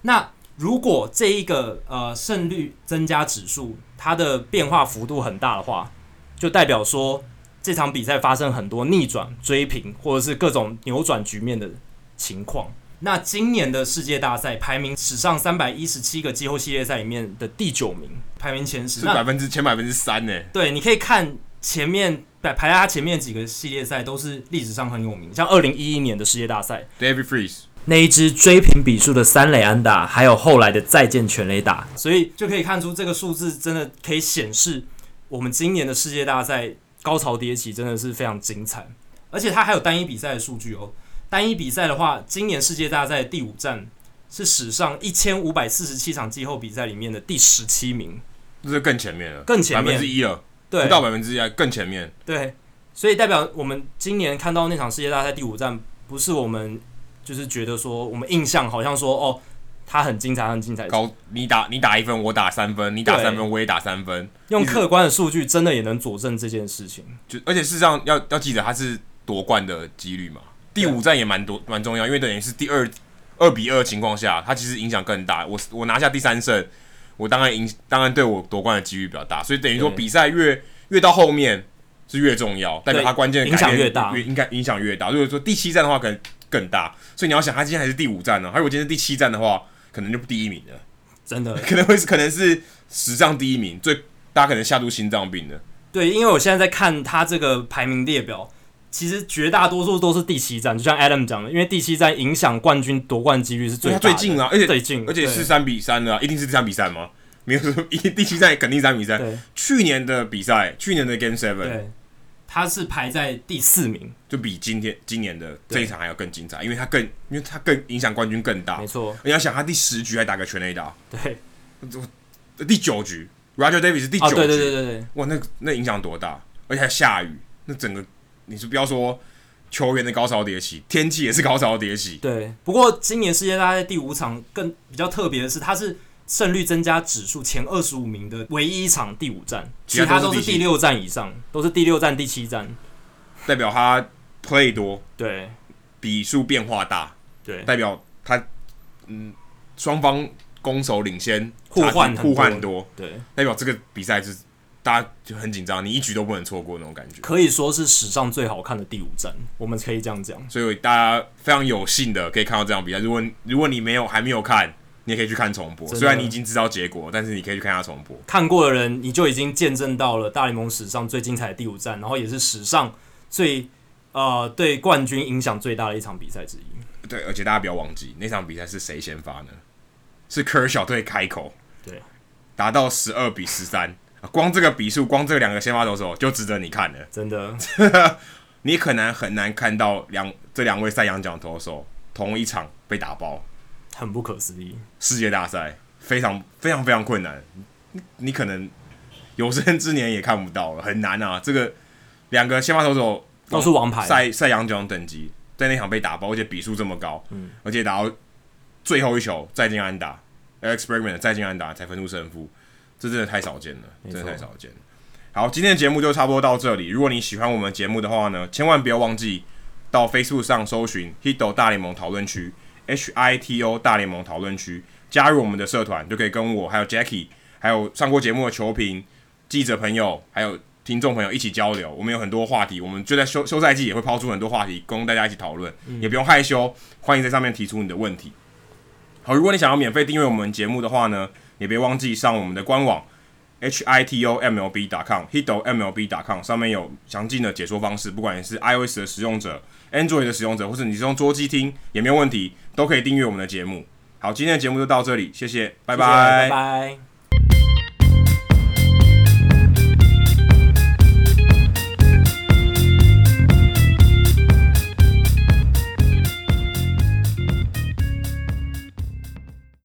A: 那如果这一个呃胜率增加指数它的变化幅度很大的话，就代表说这场比赛发生很多逆转、追平或者是各种扭转局面的情况。那今年的世界大赛排名史上三百一十七个季后系列赛里面的第九名，排名前十。
B: 是
A: 那
B: 百分之前百分之三呢。
A: 对，你可以看前面排排在他前面几个系列赛都是历史上很有名，像二零一一年的世界大赛，
B: David Freeze
A: 那一支追平比数的三垒安打，还有后来的再见全垒打，所以就可以看出这个数字真的可以显示我们今年的世界大赛高潮迭起，真的是非常精彩。而且它还有单一比赛的数据哦，单一比赛的话，今年世界大赛的第五站是史上一千五百四十七场季后比赛里面的第十七名，
B: 这是更前面了，
A: 更前
B: 百
A: 面
B: 分之一了，
A: 对
B: 不，到百分之一，更前面。
A: 对，所以代表我们今年看到那场世界大赛第五站，不是我们就是觉得说我们印象好像说哦，它很精彩，它很精彩。
B: 高，你打你打一分，我打三分，你打
A: 对
B: 三分，我也打三分。
A: 用客观的数据，真的也能佐证这件事情。
B: 就而且事实上要要记得，它是夺冠的几率嘛。第
A: 啊
B: 五站也蛮多蛮重要，因为等于是第二二比二情况下，它其实影响更大。我我拿下第三胜，我当然赢，当然对我夺冠的几率比较大。所以等于说
A: 对
B: 比赛越越到后面是越重要，代表它关键的
A: 影响
B: 改变
A: 越大
B: 越应该影响越大。如果说第七站的话，可能更大。所以你要想，他今天还是第五站呢、他如果今天是第七站的话，可能就不第一名了，
A: 真的，
B: 可能会是可能是史上第一名，最大家可能吓出心脏病的。
A: 对，因为我现在在看它这个排名列表，其实绝大多数都是第七站，就像 Adam 讲的，因为第七站影响冠军夺冠几率是最大
B: 对他
A: 的
B: 最近啊，而且
A: 最近，
B: 而且
A: 对
B: 是三比三的、啊，一定是第三比三吗？没有说一第七赛肯定三比三。
A: 对
B: 去年的比赛，去年的 Game Seven，
A: 对，他是排在第四名，
B: 就比今天今年的这一场还要更精彩，因为他更因为他更影响冠军更大
A: 没。错，
B: 你要想他第十局还打个全垒打，
A: 对，
B: 第九局 Roger Davis 第九
A: 哦，
B: 局，
A: 对对对对对，
B: 哇，那那影响多大？而且还下雨，那整个你是不要说球员的高潮迭起，天气也是高潮迭起。
A: 对，不过今年世界大赛第五场更比较特别的是，它是胜率增加指数前二十五名的唯一一场第五战，
B: 其
A: 其
B: 他
A: 他
B: 都
A: 都
B: 是
A: 是
B: 第
A: 第
B: 七
A: 六战以上，都是第六战、第七战。
B: 代表他 play 多，
A: 对
B: 比数变化大，
A: 对
B: 代表他嗯双方攻守领先，
A: 互换
B: 差距
A: 很多
B: 互换多，
A: 对，
B: 代表这个比赛就是大家就很紧张，你一局都不能错过那种感觉。
A: 可以说是史上最好看的第五战，我们可以这样讲。
B: 所以大家非常有幸的可以看到这场比赛。如果如果你没有还没有看，你也可以去看重播。
A: 真的
B: 虽然你已经知道结果，但是你可以去看它重播。
A: 看过的人，你就已经见证到了大联盟史上最精彩的第五战，然后也是史上最呃对冠军影响最大的一场比赛之一。
B: 对，而且大家不要忘记那场比赛是谁先发呢？是科尔小队开口，
A: 对，
B: 达到十二比十三。啊光这个比数，光这两个先发投手就值得你看了。
A: 真的，
B: 你很难很难看到两这两位赛扬奖投手同一场被打爆，
A: 很不可思议。
B: 世界大赛非常非常非常困难，你你可能有生之年也看不到了，很难啊！这个两个先发投手
A: 都是王牌啊
B: 赛赛扬奖等级，在那场被打爆，而且比数这么高，
A: 嗯
B: 而且打到最后一球再进安打，experiment 再进安打才分出胜负，这真的太少见了，真
A: 错
B: 的太少见了。好，今天的节目就差不多到这里。如果你喜欢我们节目的话呢，千万不要忘记到 Facebook 上搜寻 Hito 大联盟讨论区 H I T O 大联盟讨论区，加入我们的社团，就可以跟我还有 Jackie，还有上过节目的球评记者朋友，还有听众朋友一起交流。我们有很多话题，我们就在休休赛季也会抛出很多话题，供大家一起讨论，也不用害羞，欢迎在上面提出你的问题。好，如果你想要免费订阅我们节目的话呢，也别忘记上我们的官网 h i t o m l b com hito m l b com 上面有详尽的解说方式，不管你是 iOS 的使用者、Android 的使用者，或者你是用桌机听也没有问题，都可以订阅我们的节目。好，今天的节目就到这里，谢谢，拜
A: 拜拜。